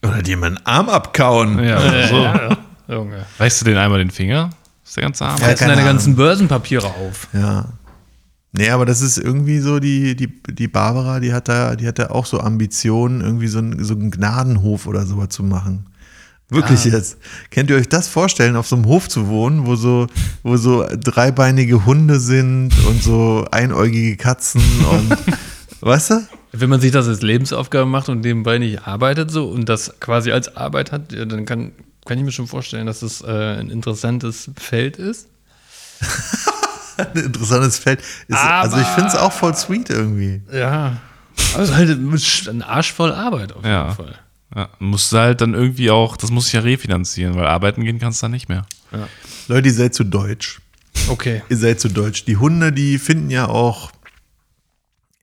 Speaker 1: Oder die mir einen Arm abkauen.
Speaker 3: Ja, oder so.
Speaker 2: Junge.
Speaker 3: Reißt du den einmal den Finger? Ist der ganze Arm.
Speaker 1: Ja,
Speaker 2: Reißen
Speaker 1: keine
Speaker 2: deine ganzen Börsenpapiere auf.
Speaker 1: Ja. Nee, aber das ist irgendwie so, die, die, die Barbara, die hat da, die hat da auch so Ambitionen, irgendwie so einen, so einen Gnadenhof oder sowas zu machen. Wirklich jetzt. Könnt ihr euch das vorstellen, auf so einem Hof zu wohnen, wo so, wo so dreibeinige Hunde sind und so einäugige Katzen und weißt du?
Speaker 2: Wenn man sich das als Lebensaufgabe macht und nebenbei nicht arbeitet so und das quasi als Arbeit hat, ja, dann kann, kann ich mir schon vorstellen, dass das äh, ein interessantes Feld ist.
Speaker 1: Ein interessantes Feld. Ist, also ich finde es auch voll sweet irgendwie.
Speaker 2: Ja. Aber es ist halt ein Arsch voll Arbeit auf jeden
Speaker 3: Ja.
Speaker 2: Fall.
Speaker 3: Ja, musst du halt dann irgendwie auch, das muss ich ja refinanzieren, weil arbeiten gehen kannst du dann nicht mehr.
Speaker 1: Leute, ihr seid zu deutsch.
Speaker 2: Okay.
Speaker 1: Ihr seid zu deutsch. Die Hunde, die finden ja auch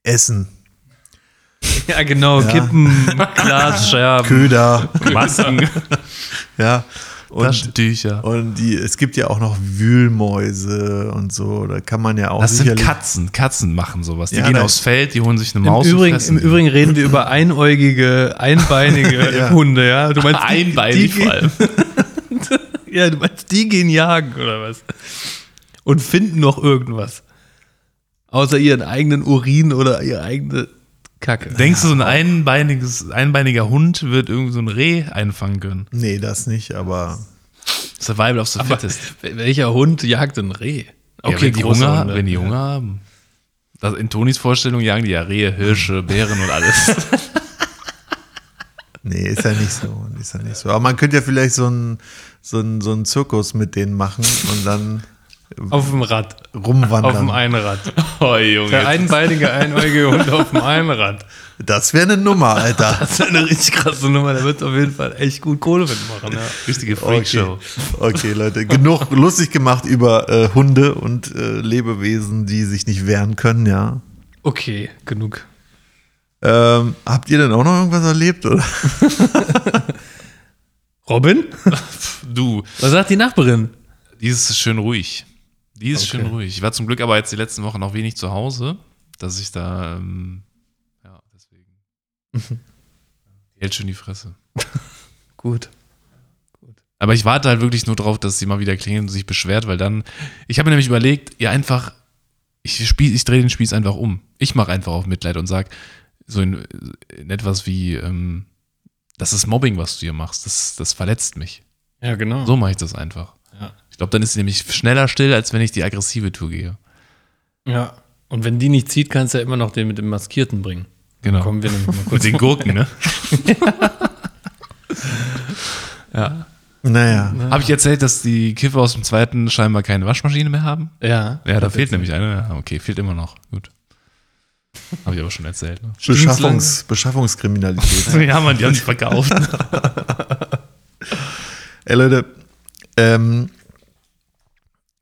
Speaker 1: Essen,
Speaker 2: <laughs> Ja, genau. Kippen, Glas, Scherben,
Speaker 1: Köder,
Speaker 3: Masken,
Speaker 1: ja. Und,
Speaker 3: Taschentücher.
Speaker 1: und die, es gibt ja auch noch Wühlmäuse und so. Da kann man ja auch
Speaker 3: Das sind
Speaker 1: sicherlich.
Speaker 3: Katzen. Katzen machen sowas. Die
Speaker 1: Ja,
Speaker 3: gehen
Speaker 1: nein.
Speaker 3: aufs Feld, die holen sich eine
Speaker 2: Im
Speaker 3: Maus.
Speaker 2: Übrigen,
Speaker 3: und fressen
Speaker 2: Im
Speaker 3: die.
Speaker 2: Übrigen reden wir über einäugige, einbeinige
Speaker 1: Ja.
Speaker 2: Hunde, <laughs> ja? Du meinst die- die
Speaker 3: einbeinig
Speaker 2: gehen-
Speaker 3: vor
Speaker 2: <laughs>
Speaker 3: allem.
Speaker 2: Ja, du meinst, die gehen jagen oder was? Und finden noch irgendwas. Außer ihren eigenen Urin oder ihre eigene Kacke.
Speaker 3: Denkst du, so ein einbeiniges, einbeiniger Hund wird irgendwie so ein Reh einfangen können?
Speaker 1: Nee, das nicht, aber
Speaker 3: Survival of the
Speaker 2: <laughs>
Speaker 3: fittest.
Speaker 2: Wel- Welcher Hund jagt ein Reh?
Speaker 3: Ja, wenn die
Speaker 2: große
Speaker 3: Hunger,
Speaker 2: Hunde.
Speaker 3: wenn die Hunger haben. Das, in Tonis Vorstellung jagen die ja Rehe, <laughs> Hirsche, Bären und alles.
Speaker 1: Nee, ist ja nicht so. Ist ja nicht so. Aber man könnte ja vielleicht so einen so einen- so einen Zirkus mit denen machen und dann
Speaker 2: Auf dem Rad. Auf dem
Speaker 1: rumwandern.
Speaker 2: Einrad.
Speaker 3: <laughs> oh, Junge.
Speaker 2: Der einbeinige, einäugige Hund
Speaker 3: <laughs>
Speaker 2: auf dem Einrad.
Speaker 1: das wäre eine Nummer, Alter.
Speaker 2: Das ist eine richtig krasse Nummer. Da wird auf jeden Fall echt gut Kohle mitmachen. Ja.
Speaker 3: Richtige <laughs> Freakshow.
Speaker 1: okay, Leute, genug lustig gemacht über äh, Hunde und äh, Lebewesen, die sich nicht wehren können, ja.
Speaker 2: Okay, genug.
Speaker 1: Ähm, habt ihr denn auch noch irgendwas erlebt? Oder?
Speaker 2: Robin?
Speaker 3: Du,
Speaker 2: Was sagt die Nachbarin?
Speaker 3: die ist schön ruhig. Die ist schön ruhig. Ich war zum Glück aber jetzt die letzten Wochen noch wenig zu Hause, dass ich da, ähm, ja, deswegen.
Speaker 2: Mhm.
Speaker 3: Die hält schön die Fresse.
Speaker 2: <laughs> Gut.
Speaker 3: Aber ich warte halt wirklich nur drauf, dass sie mal wieder klingelt und sich beschwert, weil dann, ich habe mir nämlich überlegt, ihr einfach, ich, spie- ich drehe den Spieß einfach um. Ich mache einfach auf Mitleid und sag so in, in etwas wie, ähm, das ist Mobbing, was du hier machst, das, das verletzt mich.
Speaker 2: Ja, genau.
Speaker 3: So mache ich das einfach.
Speaker 2: Ja.
Speaker 3: Ich glaube, dann ist sie nämlich schneller still, als wenn ich die aggressive Tour gehe.
Speaker 2: Ja. Und wenn die nicht zieht, kannst du ja immer noch den mit dem Maskierten bringen.
Speaker 3: Genau.
Speaker 2: Kommen wir nämlich mal
Speaker 3: Mit
Speaker 2: kurz.
Speaker 3: den Gurken, ne?
Speaker 1: Naja.
Speaker 3: Habe ich erzählt, dass die Kiffer aus dem zweiten scheinbar keine Waschmaschine mehr haben?
Speaker 2: ja.
Speaker 3: <laughs> Ja, da fehlt nämlich eine. Ja, Okay, fehlt immer noch. Gut. Habe ich aber schon erzählt. Ne?
Speaker 1: Beschaffungs, Beschaffungskriminalität.
Speaker 3: Ja, man, die haben sich verkauft.
Speaker 1: Ey Äh, Leute, ähm,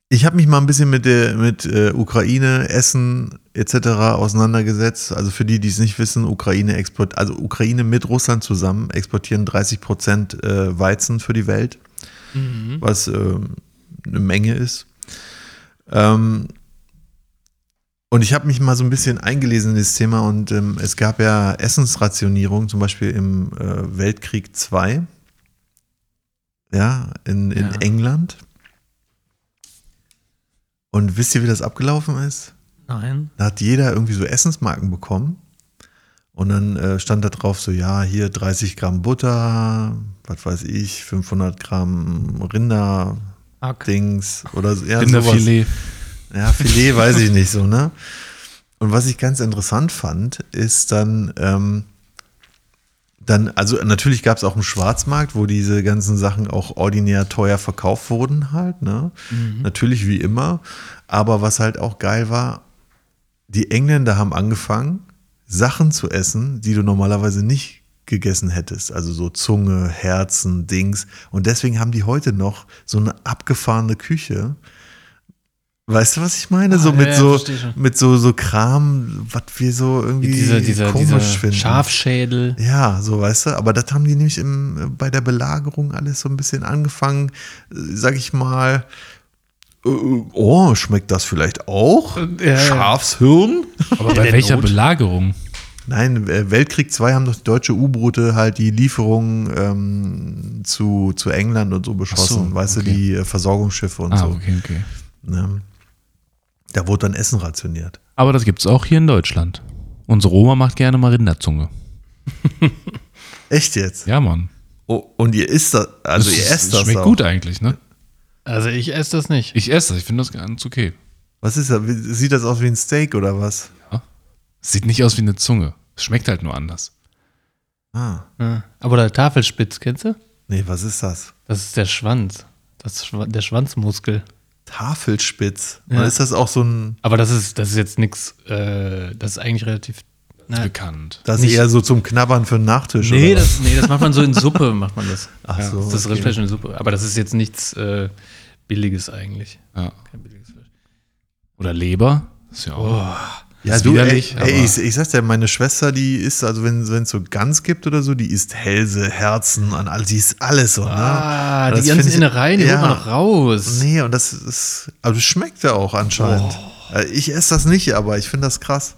Speaker 1: ich habe mich mal ein bisschen mit der mit äh, Ukraine, Essen etc. auseinandergesetzt. Also für die, die es nicht wissen, Ukraine export, also Ukraine mit Russland zusammen exportieren 30 Prozent äh, Weizen für die Welt, was ähm, eine Menge ist. Ähm, und ich habe mich mal so ein bisschen eingelesen in das Thema und ähm, es gab ja Essensrationierung, zum Beispiel im äh, Weltkrieg II ja, in, in
Speaker 2: Ja.
Speaker 1: England. Und wisst ihr, wie das abgelaufen ist?
Speaker 2: Nein.
Speaker 1: Da hat jeder irgendwie so Essensmarken bekommen. Und dann äh, stand da drauf so, ja, hier 30 Gramm Butter, was weiß ich, 500 Gramm Rinder-Dings
Speaker 2: Okay.
Speaker 1: oder so. Ja, sowas.
Speaker 3: Rinderfilet.
Speaker 1: Ja, Filet weiß ich nicht so, ne? Und was ich ganz interessant fand, ist dann, ähm, dann, also natürlich gab es auch einen Schwarzmarkt, wo diese ganzen Sachen auch ordinär teuer verkauft wurden, halt, ne?
Speaker 2: Mhm.
Speaker 1: Natürlich wie immer. Aber was halt auch geil war, die Engländer haben angefangen, Sachen zu essen, die du normalerweise nicht gegessen hättest. Also so Zunge, Herzen, Dings. Und deswegen haben die heute noch so eine abgefahrene Küche. Weißt du, was ich meine? so
Speaker 2: ja,
Speaker 1: mit
Speaker 2: Ah, ja,
Speaker 1: so
Speaker 2: verstehe schon.
Speaker 1: mit so so Kram, was wir so irgendwie
Speaker 2: Dieser, dieser,
Speaker 1: komisch
Speaker 2: dieser
Speaker 1: finden.
Speaker 2: Schafschädel.
Speaker 1: Ja, so weißt du, aber das haben die nämlich im, bei der Belagerung alles so ein bisschen angefangen, äh, sag ich mal, äh, oh, schmeckt das vielleicht auch?
Speaker 2: ja.
Speaker 1: Schafshirn?
Speaker 3: Aber bei welcher Belagerung?
Speaker 1: Nein, äh, Weltkrieg II haben doch die deutsche U-Boote halt die Lieferungen ähm, zu, zu England und so beschossen,
Speaker 3: so,
Speaker 1: weißt du,
Speaker 3: okay.
Speaker 1: die äh, Versorgungsschiffe und
Speaker 3: Ah,
Speaker 1: so.
Speaker 3: okay, okay.
Speaker 1: Ne? Da wurde dann Essen rationiert.
Speaker 3: Aber das gibt's auch hier in Deutschland. Unsere Oma macht gerne mal Rinderzunge.
Speaker 1: Echt jetzt?
Speaker 3: Ja, Mann.
Speaker 1: Oh, und ihr isst das, also
Speaker 3: Das
Speaker 1: ihr
Speaker 3: ist-
Speaker 1: esst das
Speaker 3: Schmeckt
Speaker 1: auch.
Speaker 3: gut eigentlich, ne?
Speaker 2: Also ich esse das nicht.
Speaker 3: Ich esse das, ich finde das ganz okay.
Speaker 1: Was ist das? Wie- Sieht das aus wie ein Steak oder was?
Speaker 3: Sieht nicht aus wie eine Zunge. Es schmeckt halt nur anders.
Speaker 1: Ah,
Speaker 2: Ja. Aber der Tafelspitz, kennst du?
Speaker 1: nee, was ist das?
Speaker 2: Das ist der Schwanz. Das Schwa der Schwanzmuskel.
Speaker 1: Tafelspitz.
Speaker 2: Ja.
Speaker 1: Und ist das auch so ein,
Speaker 2: Aber das ist, das ist jetzt nichts, äh, das ist eigentlich relativ. Na,
Speaker 3: Bekannt.
Speaker 1: das ist
Speaker 2: Nicht-
Speaker 1: eher so zum Knabbern für den Nachtisch?
Speaker 2: nee,
Speaker 1: oder was?
Speaker 2: das, nee, das macht man so in Suppe, macht man das.
Speaker 1: Ach so,
Speaker 2: das ist
Speaker 1: okay.
Speaker 2: Rindfleisch in Suppe. Aber das ist jetzt nichts äh, Billiges eigentlich.
Speaker 3: Ja.
Speaker 2: Kein billiges Fleisch.
Speaker 3: Oder Leber. Ist ja auch.
Speaker 1: ja,
Speaker 3: ist
Speaker 1: du,
Speaker 3: widerlich,
Speaker 1: ey, ey,
Speaker 3: aber-
Speaker 1: ich, ich sag's dir, meine Schwester, die isst, also wenn es so Gans gibt oder so, die isst Hälse, Herzen, an all, die isst alles so,
Speaker 2: Ah,
Speaker 1: ne?
Speaker 2: die
Speaker 1: Das
Speaker 2: ganzen
Speaker 1: find ich-
Speaker 2: Innereien, die
Speaker 1: ja.
Speaker 2: holt man noch raus.
Speaker 1: Nee, und das ist, aber das schmeckt ja auch anscheinend. Äh, Ich esse das nicht, aber ich finde das krass.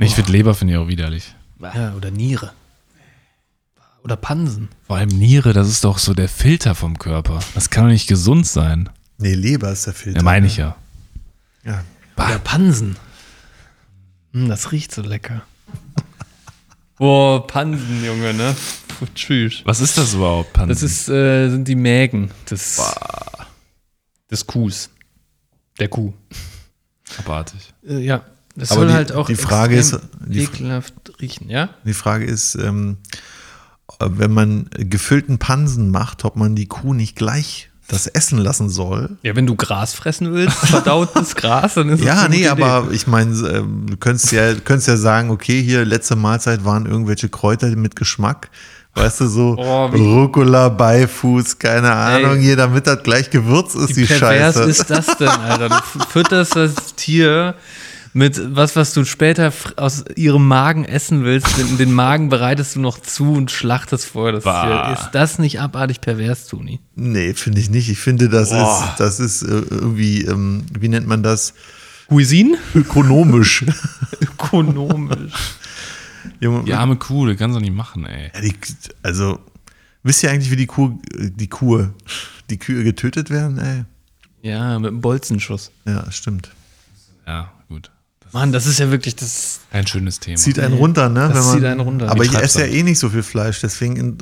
Speaker 3: Nee, ich finde Leber finde ich auch widerlich.
Speaker 2: Ja, oder Niere. Oder Pansen.
Speaker 3: Vor allem Niere, das ist doch so der Filter vom Körper. Das kann doch nicht gesund sein.
Speaker 1: Nee, Leber ist der Filter.
Speaker 3: Ja, meine ich ja.
Speaker 1: Ja.
Speaker 2: Oder Pansen. Hm, das riecht so lecker. <laughs> Boah, Pansen, Junge, ne? Puh, tschüss.
Speaker 3: Was ist das überhaupt, Pansen?
Speaker 2: Das ist, äh, sind die Mägen des, des Kuhs. Der Kuh.
Speaker 3: abartig.
Speaker 2: Äh, ja, Das
Speaker 1: Aber
Speaker 2: soll
Speaker 1: die-
Speaker 2: halt auch
Speaker 1: die Frage ist-
Speaker 2: extrem
Speaker 1: die-
Speaker 2: ekelhaft riechen, ja?
Speaker 1: Die Frage ist, ähm, äh, wenn man gefüllten Pansen macht, ob man die Kuh nicht gleich das essen lassen soll.
Speaker 2: Ja, wenn du Gras fressen willst, <laughs> verdautes Gras, dann ist das
Speaker 1: Ja,
Speaker 2: eine
Speaker 1: nee,
Speaker 2: gute Idee.
Speaker 1: aber ich meine, ähm, du könntest ja, könntest ja sagen, okay, hier letzte Mahlzeit waren irgendwelche Kräuter mit Geschmack. Weißt du, so
Speaker 2: Oh, wie-
Speaker 1: Rucola, Beifuß, keine Ahnung, hier, damit das gleich Gewürz ist, die
Speaker 2: Wie pervers
Speaker 1: Scheiße.
Speaker 2: ist das denn, Alter? Du f- fütterst das Tier mit was, was du später fr- aus ihrem Magen essen willst. Den, den Magen bereitest du noch zu und schlachtest vorher das
Speaker 3: Bah.
Speaker 2: Tier. Ist das nicht abartig pervers, Toni?
Speaker 1: Nee, finde ich nicht. Ich finde, das ist, das ist äh, irgendwie, ähm, wie nennt man das?
Speaker 2: Cuisine? <laughs>
Speaker 1: Ökonomisch. <laughs>
Speaker 2: Ökonomisch.
Speaker 1: Junge,
Speaker 3: Die arme Kuh, das kannst du nicht machen, ey.
Speaker 1: Ja, die, also, wisst ihr eigentlich, wie die Kuh, äh, die Kuh, die Kühe getötet werden? Ey.
Speaker 2: Ja, mit einem Bolzenschuss.
Speaker 1: Ja, stimmt.
Speaker 3: Ja, gut. Das
Speaker 2: Mann, das ist ja wirklich das.
Speaker 3: ist ein schönes Thema.
Speaker 1: Zieht einen runter, ne?
Speaker 2: das zieht einen runter.
Speaker 1: Aber
Speaker 2: Wie
Speaker 1: ich esse ja
Speaker 2: Treibsand.
Speaker 1: eh nicht so viel Fleisch, deswegen in,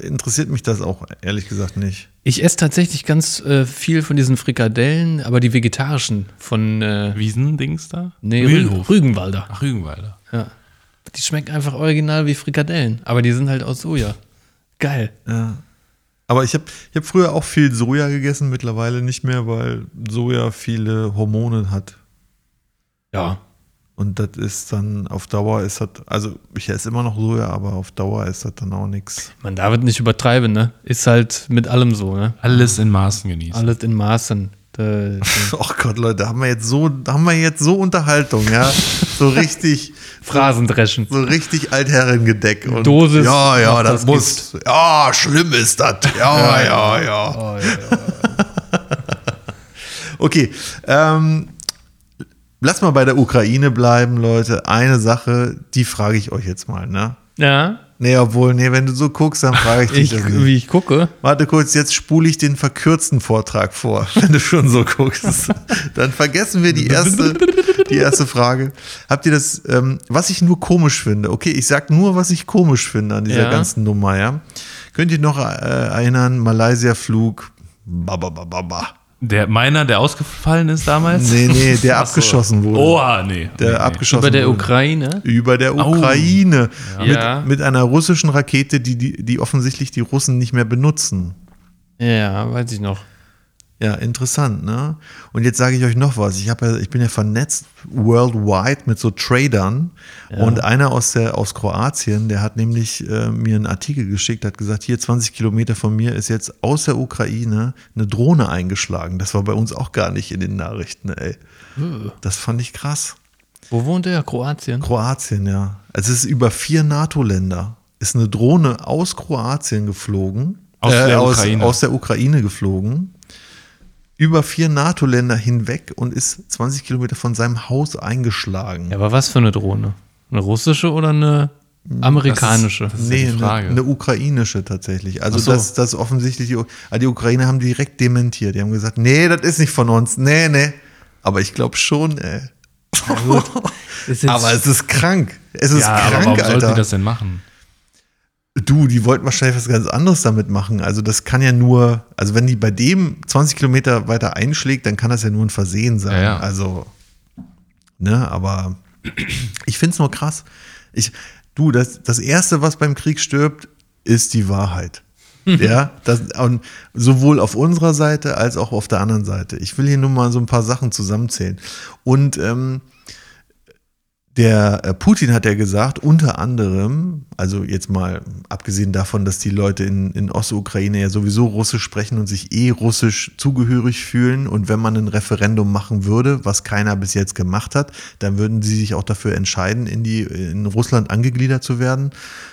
Speaker 1: interessiert mich das auch ehrlich gesagt nicht.
Speaker 2: Ich esse tatsächlich ganz äh, viel von diesen Frikadellen, aber die vegetarischen von äh,
Speaker 3: Wiesendings da?
Speaker 2: nee,
Speaker 3: Wildenhof.
Speaker 2: Rü- Rügenwalder.
Speaker 3: Ach, Rügenwalder.
Speaker 2: Ja. Die schmecken einfach original wie Frikadellen, aber die sind halt aus Soja. Geil.
Speaker 1: Ja. Aber ich habe ich hab früher auch viel Soja gegessen, mittlerweile nicht mehr, weil Soja viele Hormone hat.
Speaker 2: Ja.
Speaker 1: Und das ist dann auf Dauer ist das, also ich esse immer noch Soja, aber auf Dauer ist das dann auch nichts.
Speaker 2: Man darf es nicht übertreiben, ne? Ist halt mit allem so, ne?
Speaker 3: Alles in Maßen genießen.
Speaker 2: Alles in Maßen. Da-
Speaker 1: <laughs> Oh Gott, Leute, da haben wir jetzt so, da haben wir jetzt so Unterhaltung, <laughs> ja. So richtig,
Speaker 2: <laughs> Phrasen dreschen.
Speaker 1: so richtig Altherrengedeck. Und
Speaker 2: Dosis
Speaker 1: Ja, ja,
Speaker 2: macht
Speaker 1: das,
Speaker 2: das
Speaker 1: muss. Ja, schlimm ist das.
Speaker 2: <laughs>
Speaker 1: Ja, ja, ja. Okay, ähm, lass mal bei der Ukraine bleiben, Leute. Eine Sache, die frage ich euch jetzt mal, ne?
Speaker 2: Ja,
Speaker 1: Nee, obwohl, nee, wenn du so guckst, dann frage ich dich
Speaker 2: ich,
Speaker 1: das nicht.
Speaker 2: wie ich gucke.
Speaker 1: Warte kurz, jetzt spule ich den verkürzten Vortrag vor, <laughs> wenn du schon so guckst. Dann vergessen wir die erste, die erste Frage. Habt ihr das, ähm, was ich nur komisch finde? Okay, ich sag nur, was ich komisch finde an dieser
Speaker 2: Ja.
Speaker 1: ganzen Nummer, ja. Könnt ihr noch äh, erinnern, Malaysia-Flug, ba, ba, ba, ba, ba.
Speaker 3: Der meiner, der ausgefallen ist damals?
Speaker 1: Nee, nee, der abgeschossen wurde.
Speaker 3: Oha, Oh, nee.
Speaker 1: Der
Speaker 3: nee, nee.
Speaker 1: abgeschossen
Speaker 2: Bei der
Speaker 1: wurde.
Speaker 2: Ukraine.
Speaker 1: Über der Ukraine. Mit,
Speaker 2: Ja.
Speaker 1: mit einer russischen Rakete, die, die, die offensichtlich die Russen nicht mehr benutzen.
Speaker 2: Ja, weiß ich noch.
Speaker 1: Ja, interessant, ne? Und jetzt sage ich euch noch was. Ich, hab ja, ich bin ja vernetzt worldwide mit so Tradern. Und einer aus, der, aus Kroatien, der hat nämlich äh, mir einen Artikel geschickt, hat gesagt, hier 20 Kilometer von mir ist jetzt aus der Ukraine eine Drohne eingeschlagen. Das war bei uns auch gar nicht in den Nachrichten, ey. Das fand ich krass.
Speaker 2: Wo wohnt er? Kroatien.
Speaker 1: Kroatien, ja. Also es ist über vier NATO-Länder. Ist eine Drohne aus Kroatien geflogen. Äh,
Speaker 3: Aus der Ukraine.
Speaker 1: Aus, aus der Ukraine geflogen. Über vier NATO-Länder hinweg und ist 20 Kilometer von seinem Haus eingeschlagen.
Speaker 2: Ja, aber was für eine Drohne? Eine russische oder eine amerikanische?
Speaker 3: ist ja die
Speaker 1: eine-
Speaker 3: Frage.
Speaker 1: eine ukrainische tatsächlich. Also
Speaker 2: Ach so.
Speaker 1: das, das offensichtlich, die, U- also die Ukrainer haben direkt dementiert. Die haben gesagt, nee, das ist nicht von uns. Nee, nee. Aber ich glaube schon, ey.
Speaker 2: Ist jetzt-
Speaker 1: aber es ist krank. Es ist
Speaker 3: Ja, aber
Speaker 1: krank,
Speaker 3: warum
Speaker 1: Alter.
Speaker 3: sollten die das denn machen?
Speaker 1: Du, die wollten wahrscheinlich was ganz anderes damit machen. Also das kann ja nur, also wenn die bei dem 20 Kilometer weiter einschlägt, dann kann das ja nur ein Versehen sein.
Speaker 3: Ja, ja.
Speaker 1: Also, ne, aber ich finde es nur krass. Ich, du, das, das Erste, was beim Krieg stirbt, ist die
Speaker 3: <laughs>
Speaker 1: Wahrheit. ja, das, und sowohl auf unserer Seite als auch auf der anderen Seite. Ich will hier nur mal so ein paar Sachen zusammenzählen. Und ähm, der äh, Putin hat ja gesagt, unter anderem, also jetzt mal abgesehen davon, dass die Leute in, in Ostukraine ja sowieso Russisch sprechen und sich eh russisch zugehörig fühlen. Und wenn man ein Referendum machen würde, was keiner bis jetzt gemacht hat, dann würden sie sich auch dafür entscheiden, in, die, in Russland angegliedert zu werden.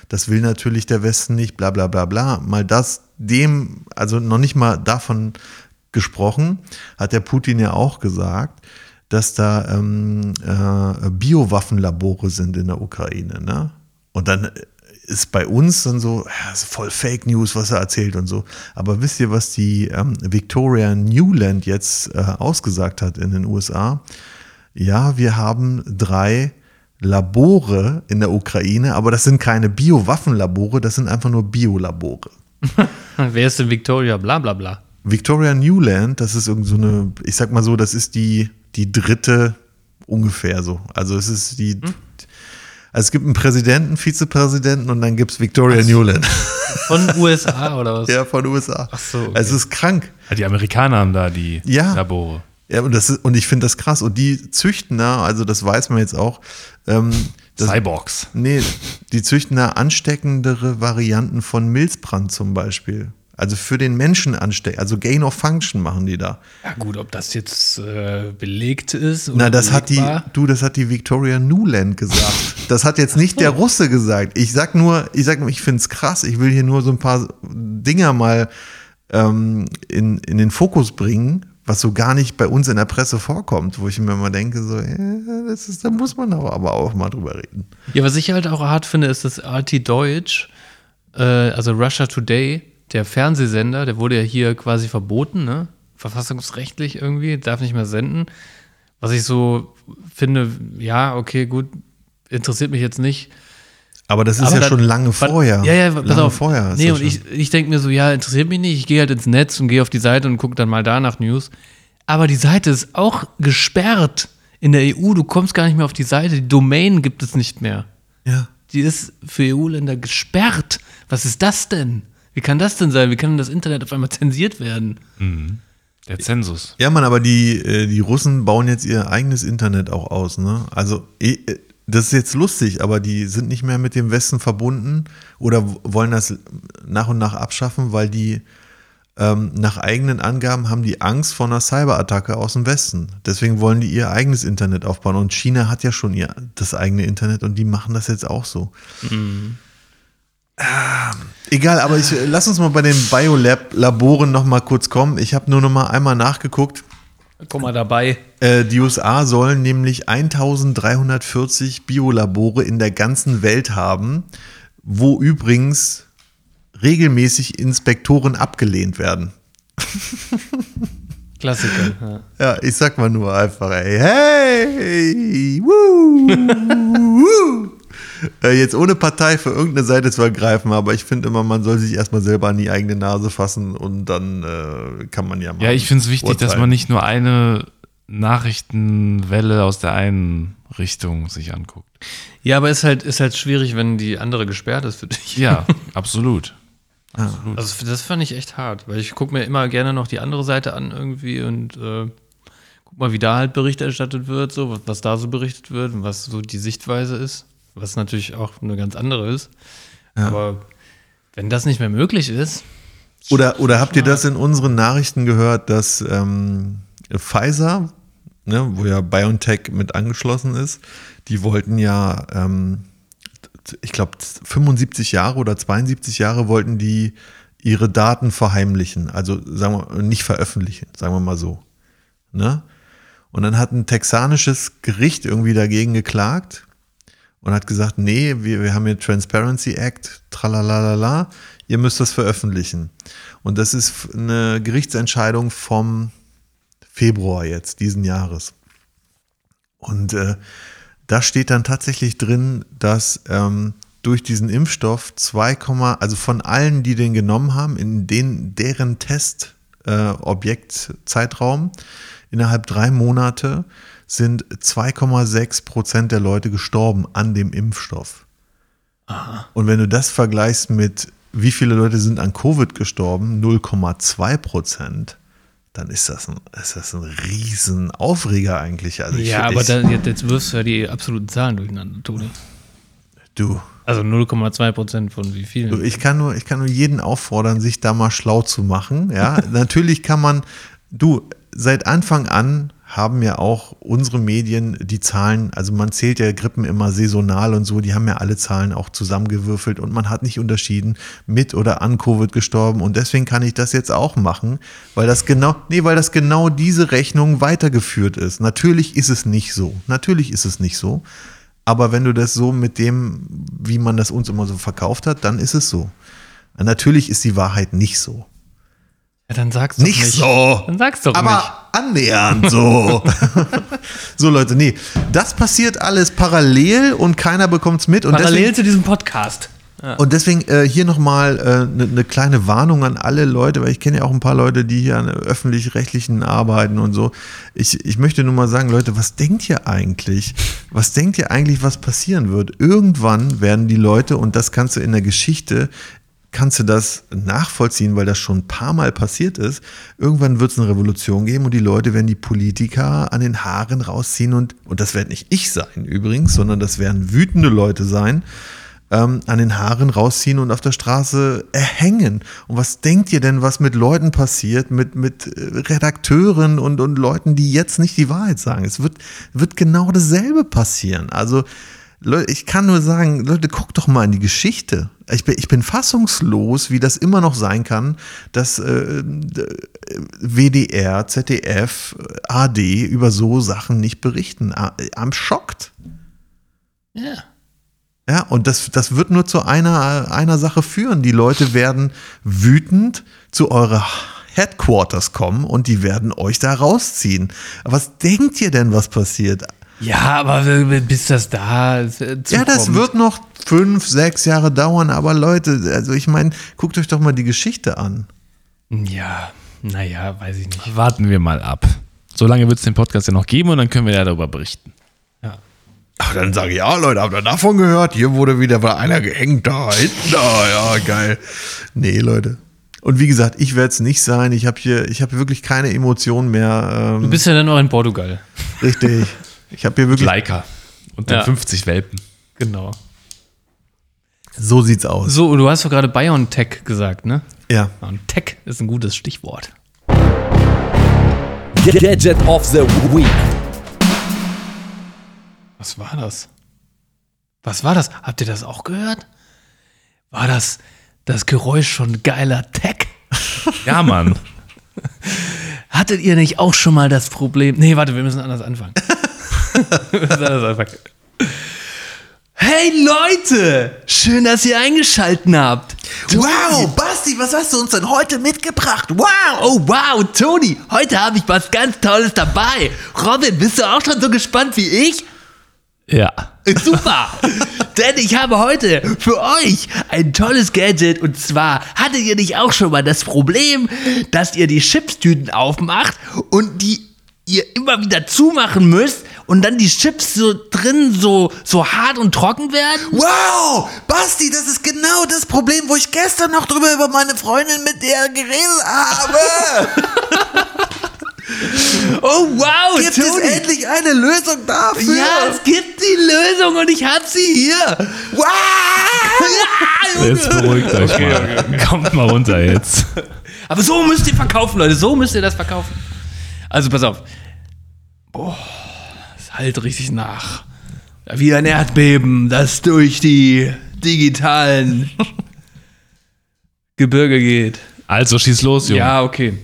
Speaker 1: Das will natürlich der Westen nicht, bla bla bla bla. Mal das dem, also noch nicht mal davon gesprochen, hat der Putin ja auch gesagt, dass da ähm, äh, Biowaffenlabore sind in der Ukraine. Ne? Und dann ist bei uns dann so, ja, ist voll Fake News, was er erzählt und so. Aber wisst ihr, was die ähm, Victoria Newland jetzt äh, ausgesagt hat in den USA? Ja, wir haben drei Labore in der Ukraine, aber das sind keine Biowaffenlabore, das sind einfach nur Biolabore.
Speaker 2: Wer ist denn Victoria? Bla bla bla.
Speaker 1: Victoria Newland, das ist irgend so eine, ich sag mal so, das ist die, die dritte Ungefähr so. Also es ist die.
Speaker 2: Hm.
Speaker 1: Also es gibt einen Präsidenten, Vizepräsidenten und dann gibt es Victoria Newland. <laughs>
Speaker 2: <laughs> Von USA oder was?
Speaker 1: Ja, von USA. Ach
Speaker 2: so, okay.
Speaker 1: Also Es ist krank.
Speaker 3: Ja, Die Amerikaner haben da die
Speaker 1: Ja.
Speaker 3: Labore.
Speaker 1: Ja, und, das ist, und ich finde das krass. Und die züchten da, also das weiß man jetzt auch, ähm, das,
Speaker 3: Cyborgs.
Speaker 1: nee, die züchten da ansteckendere Varianten von Milzbrand zum Beispiel. Also für den Menschen anstecken, also Gain of Function machen die da.
Speaker 2: Ja, gut, ob das jetzt äh, belegt ist.
Speaker 1: Na,
Speaker 2: oder
Speaker 1: das hat die,
Speaker 2: belegbar.
Speaker 1: du, das hat die Victoria Nuland gesagt. Das hat jetzt nicht der Russe gesagt. Ich sag nur, ich sag nur, ich find's krass. Ich will hier nur so ein paar Dinger mal ähm, in, in den Fokus bringen, was so gar nicht bei uns in der Presse vorkommt, wo ich mir immer denke, so, äh, das ist, da muss man aber, aber auch mal drüber reden.
Speaker 2: Ja, was ich halt auch hart finde, ist das RT Deutsch, äh, also Russia Today, der Fernsehsender, der wurde ja hier quasi verboten, ne? Verfassungsrechtlich irgendwie, darf nicht mehr senden. Was ich so finde, ja, okay, gut, interessiert mich jetzt nicht.
Speaker 1: Aber das ist
Speaker 2: Aber
Speaker 1: ja
Speaker 2: dann-
Speaker 1: schon lange
Speaker 2: warte,
Speaker 1: vorher.
Speaker 2: Ja, ja, pass
Speaker 1: lange
Speaker 2: auf.
Speaker 1: vorher. ist
Speaker 2: nee,
Speaker 1: das
Speaker 2: und
Speaker 1: schon.
Speaker 2: ich, ich denke mir so, ja, interessiert mich nicht. Ich gehe halt ins Netz und gehe auf die Seite und gucke dann mal da nach News. Aber die Seite ist auch gesperrt in der EU. Du kommst gar nicht mehr auf die Seite. Die Domain gibt es nicht mehr.
Speaker 1: ja.
Speaker 2: Die ist für EU-Länder gesperrt. Was ist das denn? Wie kann das denn sein? Wie kann denn das Internet auf einmal zensiert werden?
Speaker 3: Der Zensus.
Speaker 1: Ja, Mann, aber die, äh, die Russen bauen jetzt ihr eigenes Internet auch aus, ne? Also, eh, äh, das ist jetzt lustig, aber die sind nicht mehr mit dem Westen verbunden oder w- wollen das nach und nach abschaffen, weil die ähm, nach eigenen Angaben haben die Angst vor einer Cyberattacke aus dem Westen. Deswegen wollen die ihr eigenes Internet aufbauen. Und China hat ja schon ihr, das eigene Internet und die machen das jetzt auch so. Egal, aber ich, äh, lass uns mal bei den Biolab-Laboren nochmal kurz kommen. Ich habe nur noch mal einmal nachgeguckt.
Speaker 2: Komm mal dabei.
Speaker 1: Äh, die USA sollen nämlich 1340 Biolabore in der ganzen Welt haben, wo übrigens regelmäßig Inspektoren abgelehnt werden.
Speaker 2: Klassiker. Ja.
Speaker 1: Ja, ich sag mal nur einfach, ey, hey, woo,
Speaker 3: <laughs>
Speaker 1: woo. Äh, Jetzt ohne Partei für irgendeine Seite zu ergreifen, aber ich finde immer, man soll sich erstmal selber an die eigene Nase fassen und dann äh, kann man ja mal.
Speaker 3: Ja, ich finde es wichtig, dass man nicht nur eine Nachrichtenwelle aus der einen Richtung sich anguckt.
Speaker 2: <laughs> Ja, aber ist halt, ist halt schwierig, wenn die andere gesperrt ist für dich.
Speaker 3: <laughs> Ja, absolut.
Speaker 2: Also das fand ich echt hart, weil ich gucke mir immer gerne noch die andere Seite an irgendwie und äh, guck mal, wie da halt Bericht erstattet wird, so was, was da so berichtet wird und was so die Sichtweise ist, was natürlich auch eine ganz andere ist. Aber wenn das nicht mehr möglich ist,
Speaker 1: Oder, oder habt ihr das in unseren Nachrichten gehört, dass ähm, Pfizer, ne, wo ja BioNTech mit angeschlossen ist, die wollten ja, ähm, ich glaube, 75 Jahre oder 72 Jahre wollten die ihre Daten verheimlichen, also sagen wir nicht veröffentlichen, sagen wir mal so. Ne? Und dann hat ein texanisches Gericht irgendwie dagegen geklagt und hat gesagt, nee, wir, wir haben hier Transparency Act, tralalala, ihr müsst das veröffentlichen. Und das ist f- eine Gerichtsentscheidung vom Februar jetzt, diesen Jahres. Und äh, da steht dann tatsächlich drin, dass ähm, durch diesen Impfstoff 2, also von allen, die den genommen haben, in den, deren Test äh, Objekt Zeitraum innerhalb drei Monate sind 2,6 Prozent der Leute gestorben an dem Impfstoff. Und wenn du das vergleichst mit wie viele Leute sind an Covid gestorben, 0,2 Prozent, dann ist das ein, ist das ein riesen Aufreger eigentlich. Also ich-
Speaker 2: ja, aber
Speaker 1: ich,
Speaker 2: dann, jetzt, jetzt wirfst du ja die absoluten Zahlen durcheinander, Toni.
Speaker 1: Du,
Speaker 2: Also 0,2 Prozent von wie
Speaker 1: du,
Speaker 2: vielen?
Speaker 1: ich kann nur, ich kann nur jeden auffordern, sich da mal schlau zu machen. Ja, natürlich kann man, du, seit Anfang an haben ja auch unsere Medien die Zahlen, also man zählt ja Grippen immer saisonal und so, die haben ja alle Zahlen auch zusammengewürfelt und man hat nicht unterschieden, mit oder an Covid gestorben und deswegen kann ich das jetzt auch machen, weil das genau, nee, weil das genau diese Rechnung weitergeführt ist. Natürlich ist es nicht so. Natürlich ist es nicht so. Aber wenn du das so mit dem, wie man das uns immer so verkauft hat, dann ist es so. Natürlich ist die Wahrheit nicht so.
Speaker 2: Ja, dann sagst du
Speaker 1: Nicht, so.
Speaker 2: Dann sag's doch
Speaker 1: aber
Speaker 2: nicht.
Speaker 1: annähernd
Speaker 2: <laughs>
Speaker 1: so. so Leute, nee, das passiert alles parallel und keiner bekommt's mit und
Speaker 2: Parallel
Speaker 1: deswegen
Speaker 2: zu diesem Podcast.
Speaker 1: Und deswegen äh, hier nochmal eine äh, ne kleine Warnung an alle Leute, weil ich kenne ja auch ein paar Leute, die hier an öffentlich-rechtlichen arbeiten und so. Ich, ich möchte nur mal sagen, Leute, was denkt ihr eigentlich? Was denkt ihr eigentlich, was passieren wird? Irgendwann werden die Leute, und das kannst du in der Geschichte, kannst du das nachvollziehen, weil das schon ein paar Mal passiert ist. Irgendwann wird es eine Revolution geben und die Leute werden die Politiker an den Haaren rausziehen und, und das werde nicht ich sein übrigens, sondern das werden wütende Leute sein, ähm, an den Haaren rausziehen und auf der Straße erhängen. Und was denkt ihr denn, was mit Leuten passiert, mit, mit äh, Redakteuren und, und Leuten, die jetzt nicht die Wahrheit sagen? Es wird, wird genau dasselbe passieren. Also, Leute, ich kann nur sagen, Leute, guckt doch mal in die Geschichte. Ich bin, ich bin fassungslos, wie das immer noch sein kann, dass äh, d- WDR, ZDF, AD über so Sachen nicht berichten. Ah, äh, A- Am schockt.
Speaker 2: Ja.
Speaker 1: Ja, und das, das wird nur zu einer, einer Sache führen. Die Leute werden wütend zu eurer Headquarters kommen und die werden euch da rausziehen. Was denkt ihr denn, was passiert?
Speaker 2: Ja, aber w- bis das da ist, äh,
Speaker 1: Ja, das
Speaker 2: zukommt.
Speaker 1: wird noch fünf, sechs Jahre dauern, aber Leute, also ich meine, guckt euch doch mal die Geschichte an.
Speaker 2: Ja, naja, weiß ich nicht.
Speaker 3: Warten wir mal ab. So lange wird es den Podcast ja noch geben und dann können wir ja darüber berichten.
Speaker 1: Ach, dann sage ich, ja, Leute, habt ihr davon gehört? Hier wurde wieder mal einer gehängt, da hinten, da, ja, geil. Nee, Leute. Und wie gesagt, ich werde es nicht sein. Ich habe hier, ich habe wirklich keine Emotionen mehr.
Speaker 2: Du
Speaker 1: Ähm,
Speaker 2: bist ja dann auch in Portugal.
Speaker 1: richtig. Ich habe hier wirklich.
Speaker 3: Leica. Und dann
Speaker 2: Ja.
Speaker 3: 50 Welpen.
Speaker 2: Genau.
Speaker 1: So sieht's aus.
Speaker 2: So, und du hast doch gerade BioNTech gesagt, ne?
Speaker 1: Ja.
Speaker 2: Und Tech ist ein gutes Stichwort.
Speaker 4: Gadget of the Week.
Speaker 2: Was war das? Was war das? Habt ihr das auch gehört? War das das Geräusch schon geiler Tech?
Speaker 3: Ja, Mann.
Speaker 2: Hattet ihr nicht auch schon mal das Problem? Nee, warte, wir müssen anders anfangen. wir müssen anders anfangen. Hey Leute, schön, dass ihr eingeschalten habt.
Speaker 1: Wow, Basti, was hast du uns denn heute mitgebracht? Wow!
Speaker 2: Oh wow, Toni, heute habe ich was ganz Tolles dabei. Robin, bist du auch schon so gespannt wie ich?
Speaker 3: ja.
Speaker 2: <laughs> Super! Denn ich habe heute für euch ein tolles Gadget und zwar hattet ihr nicht auch schon mal das Problem, dass ihr die Chipstüten aufmacht und die ihr immer wieder zumachen müsst und dann die Chips so drin so, so hart und trocken werden?
Speaker 1: Wow, Basti, das ist genau das Problem, wo ich gestern noch drüber über meine Freundin mit der geredet habe.
Speaker 2: <laughs> Oh wow!
Speaker 1: Gibt es
Speaker 2: Toni.
Speaker 1: endlich eine Lösung dafür?
Speaker 2: ja, es gibt die Lösung und ich hab sie hier!
Speaker 1: Wow!
Speaker 3: Jetzt beruhigt euch mal. Kommt mal runter jetzt.
Speaker 2: Aber so müsst ihr verkaufen, Leute. So müsst ihr das verkaufen. Also pass auf. Boah, es halt richtig nach. Wie ein Erdbeben, das durch die digitalen Gebirge geht.
Speaker 3: Also schieß los, Junge.
Speaker 2: Ja, okay.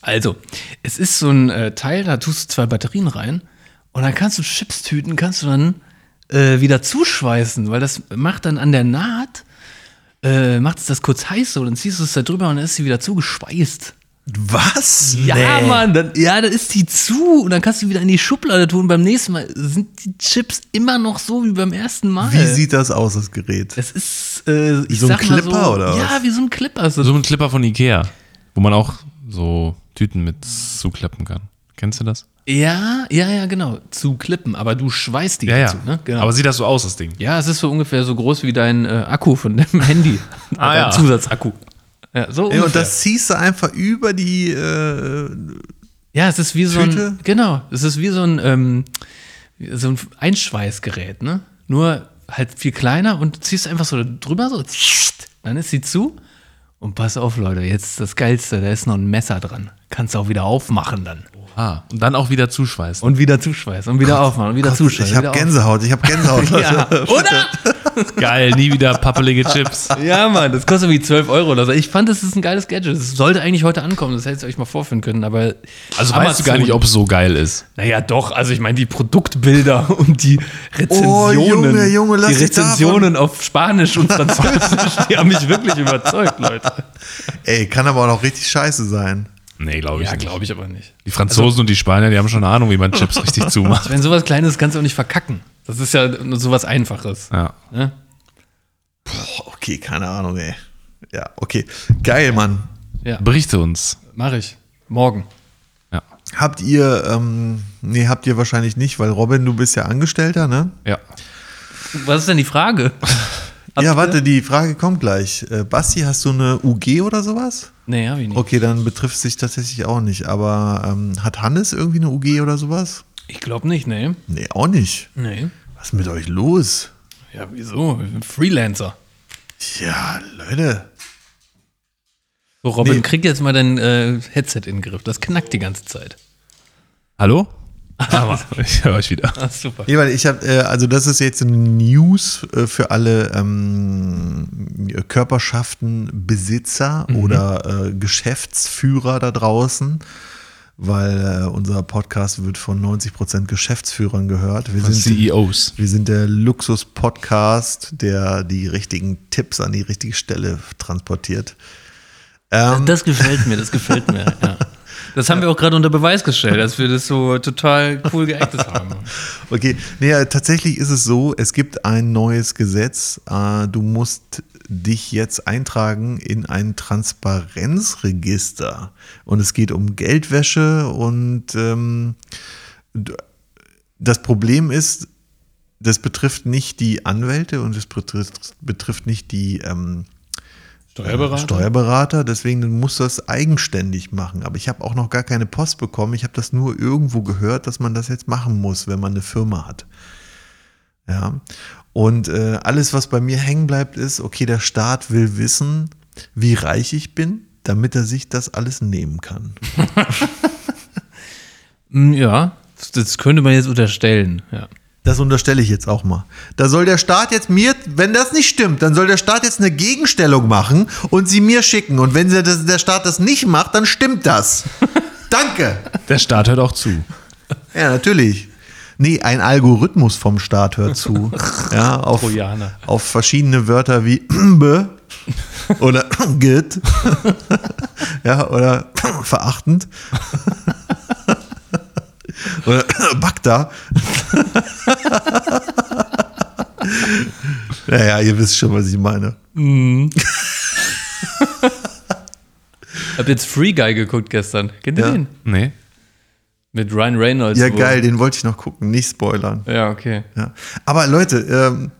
Speaker 2: Also, es ist so ein äh, Teil, da tust du zwei Batterien rein und dann kannst du Chipstüten, kannst du dann äh, wieder zuschweißen, weil das macht dann an der Naht, äh, macht es das kurz heiß so, dann ziehst du es da drüber und dann ist sie wieder zugeschweißt.
Speaker 1: Was?
Speaker 2: Ja, Mann, dann, ja, dann ist die zu und dann kannst du die wieder in die Schublade tun. Beim nächsten Mal sind die Chips immer noch so wie beim ersten Mal.
Speaker 1: Wie sieht das aus, das Gerät?
Speaker 2: das ist, äh, ich
Speaker 1: so ein
Speaker 2: sag mal
Speaker 1: Clipper
Speaker 2: so,
Speaker 1: oder
Speaker 2: Ja,
Speaker 1: was?
Speaker 2: wie so ein Clipper. So,
Speaker 3: So ein Clipper von Ikea, wo man auch so Tüten mit zuklappen kann. Kennst du das?
Speaker 2: Ja, ja, ja, genau. Zu klippen, aber du schweißt die dazu, ne? Genau.
Speaker 3: Aber sieht das so aus, das Ding?
Speaker 2: ja, es ist so ungefähr so groß wie dein äh, Akku von deinem <laughs> Handy.
Speaker 3: Ah,
Speaker 2: Dein
Speaker 3: ja.
Speaker 2: Zusatzakku. Ja, so
Speaker 1: Ja,
Speaker 2: ungefähr.
Speaker 1: und das ziehst du einfach über die. Äh,
Speaker 2: Ja, es ist wie so
Speaker 1: Tüte?
Speaker 2: ein. Genau, es ist wie so ein, ähm, so ein Einschweißgerät, ne? Nur halt viel kleiner und du ziehst einfach so drüber, so. Dann ist sie zu. Und pass auf, Leute, jetzt das Geilste, da ist noch ein Messer dran. Kannst du auch wieder aufmachen dann.
Speaker 3: Ah, und dann auch wieder zuschweißen.
Speaker 2: Und wieder zuschweißen und wieder aufmachen und wieder zuschweißen.
Speaker 1: ich habe
Speaker 2: wieder
Speaker 1: Gänsehaut, ich habe Gänsehaut.
Speaker 2: auf- <laughs> Ja, oder?
Speaker 3: Geil, nie wieder pappelige Chips.
Speaker 2: Ja, Mann, das kostet wie 12 Euro oder so. Ich fand, das ist ein geiles Gadget. Das sollte eigentlich heute ankommen, das hättest ihr euch mal vorführen können, aber.
Speaker 3: Also weißt du gar nicht, ob es so geil ist.
Speaker 2: Naja, doch, also ich meine die Produktbilder <laughs> und die Rezensionen.
Speaker 1: Oh, Junge, Junge, lass
Speaker 2: Die
Speaker 1: dich davon-
Speaker 2: Rezensionen auf Spanisch und Französisch, die haben mich wirklich überzeugt, Leute.
Speaker 1: Ey, kann aber auch noch richtig scheiße sein.
Speaker 3: Nee, glaube ich Also nicht.
Speaker 2: ich aber nicht.
Speaker 3: Die Franzosen und die Spanier, die haben schon eine Ahnung, wie man Chips richtig <laughs> zumacht.
Speaker 2: Wenn sowas Kleines kannst du auch nicht verkacken. Das ist ja nur sowas Einfaches.
Speaker 3: Ja.
Speaker 2: Ne?
Speaker 1: Boah, okay, keine Ahnung, ey. Ja, okay. Geil, Mann.
Speaker 2: Ja,
Speaker 3: Berichte uns.
Speaker 2: mache ich. Morgen.
Speaker 3: Ja.
Speaker 1: Habt ihr, ähm, nee, habt ihr wahrscheinlich nicht, weil Robin, du bist ja Angestellter, ne?
Speaker 3: Ja.
Speaker 2: Was ist denn die <laughs> Frage?
Speaker 1: ja, warte, die Frage kommt gleich. Äh, Basti, hast du eine UG oder sowas?
Speaker 2: Nee, hab ich nicht.
Speaker 1: Okay, dann betrifft sich tatsächlich auch nicht. Aber ähm, hat Hannes irgendwie eine UG oder sowas?
Speaker 2: Ich glaube nicht, nee.
Speaker 1: Nee, auch nicht.
Speaker 2: Nee.
Speaker 1: Was ist mit euch los?
Speaker 2: Ja, wieso? Ich bin Freelancer.
Speaker 1: Tja, Leute.
Speaker 2: So, Robin,
Speaker 1: Nee.
Speaker 2: krieg jetzt mal dein äh, Headset in den Griff. Das knackt die ganze Zeit.
Speaker 3: Hallo? <laughs> ich höre euch wieder.
Speaker 2: Ah, super.
Speaker 1: Nee, weil ich habe, äh, also das ist jetzt eine News äh, für alle ähm, Körperschaften, Besitzer oder äh, Geschäftsführer da draußen, weil äh, unser Podcast wird von 90% Geschäftsführern gehört. Wir sind,
Speaker 3: CEOs.
Speaker 1: wir sind der Luxus-Podcast, der die richtigen Tipps an die richtige Stelle transportiert. Ähm,
Speaker 2: Das gefällt mir, das gefällt mir. Ja. Das haben wir auch gerade unter Beweis gestellt, dass wir das so total cool geactet haben.
Speaker 1: Okay, nee, ja, tatsächlich ist es so, es gibt ein neues Gesetz. Äh, du musst dich jetzt eintragen in ein Transparenzregister. Und es geht um Geldwäsche und ähm, d- das Problem ist, das betrifft nicht die Anwälte und es betrifft, betrifft nicht die ähm,
Speaker 3: Steuerberater?
Speaker 1: Steuerberater, deswegen muss das eigenständig machen. Aber ich habe auch noch gar keine Post bekommen. Ich habe das nur irgendwo gehört, dass man das jetzt machen muss, wenn man eine Firma hat. Ja. Und äh, alles, was bei mir hängen bleibt, ist, okay, der Staat will wissen, wie reich ich bin, damit er sich das alles nehmen kann.
Speaker 2: Mm, Ja, das- das könnte man jetzt unterstellen. Ja.
Speaker 1: Das unterstelle ich jetzt auch mal. Da soll der Staat jetzt mir, wenn das nicht stimmt, dann soll der Staat jetzt eine Gegenstellung machen und sie mir schicken. Und wenn sie das, der Staat das nicht macht, dann stimmt das. Danke.
Speaker 3: Der Staat hört auch zu.
Speaker 1: Ja, natürlich. Nee, ein Algorithmus vom Staat hört zu. Ja, auf,
Speaker 2: Trojaner.
Speaker 1: auf verschiedene Wörter wie <clears throat> be oder <clears throat> git. <laughs> ja, oder <clears throat> verachtend. <laughs> oder <clears throat> <laughs> Bagda. naja, ihr wisst schon, was ich meine.
Speaker 2: Hab jetzt Free Guy geguckt gestern. Kennt ihr
Speaker 1: Ja.
Speaker 2: den?
Speaker 3: Nee.
Speaker 2: Mit Ryan Reynolds.
Speaker 1: Ja,
Speaker 2: wo-
Speaker 1: geil, den wollte ich noch gucken, nicht spoilern.
Speaker 2: Ja, okay.
Speaker 1: Ja. Aber Leute, ähm,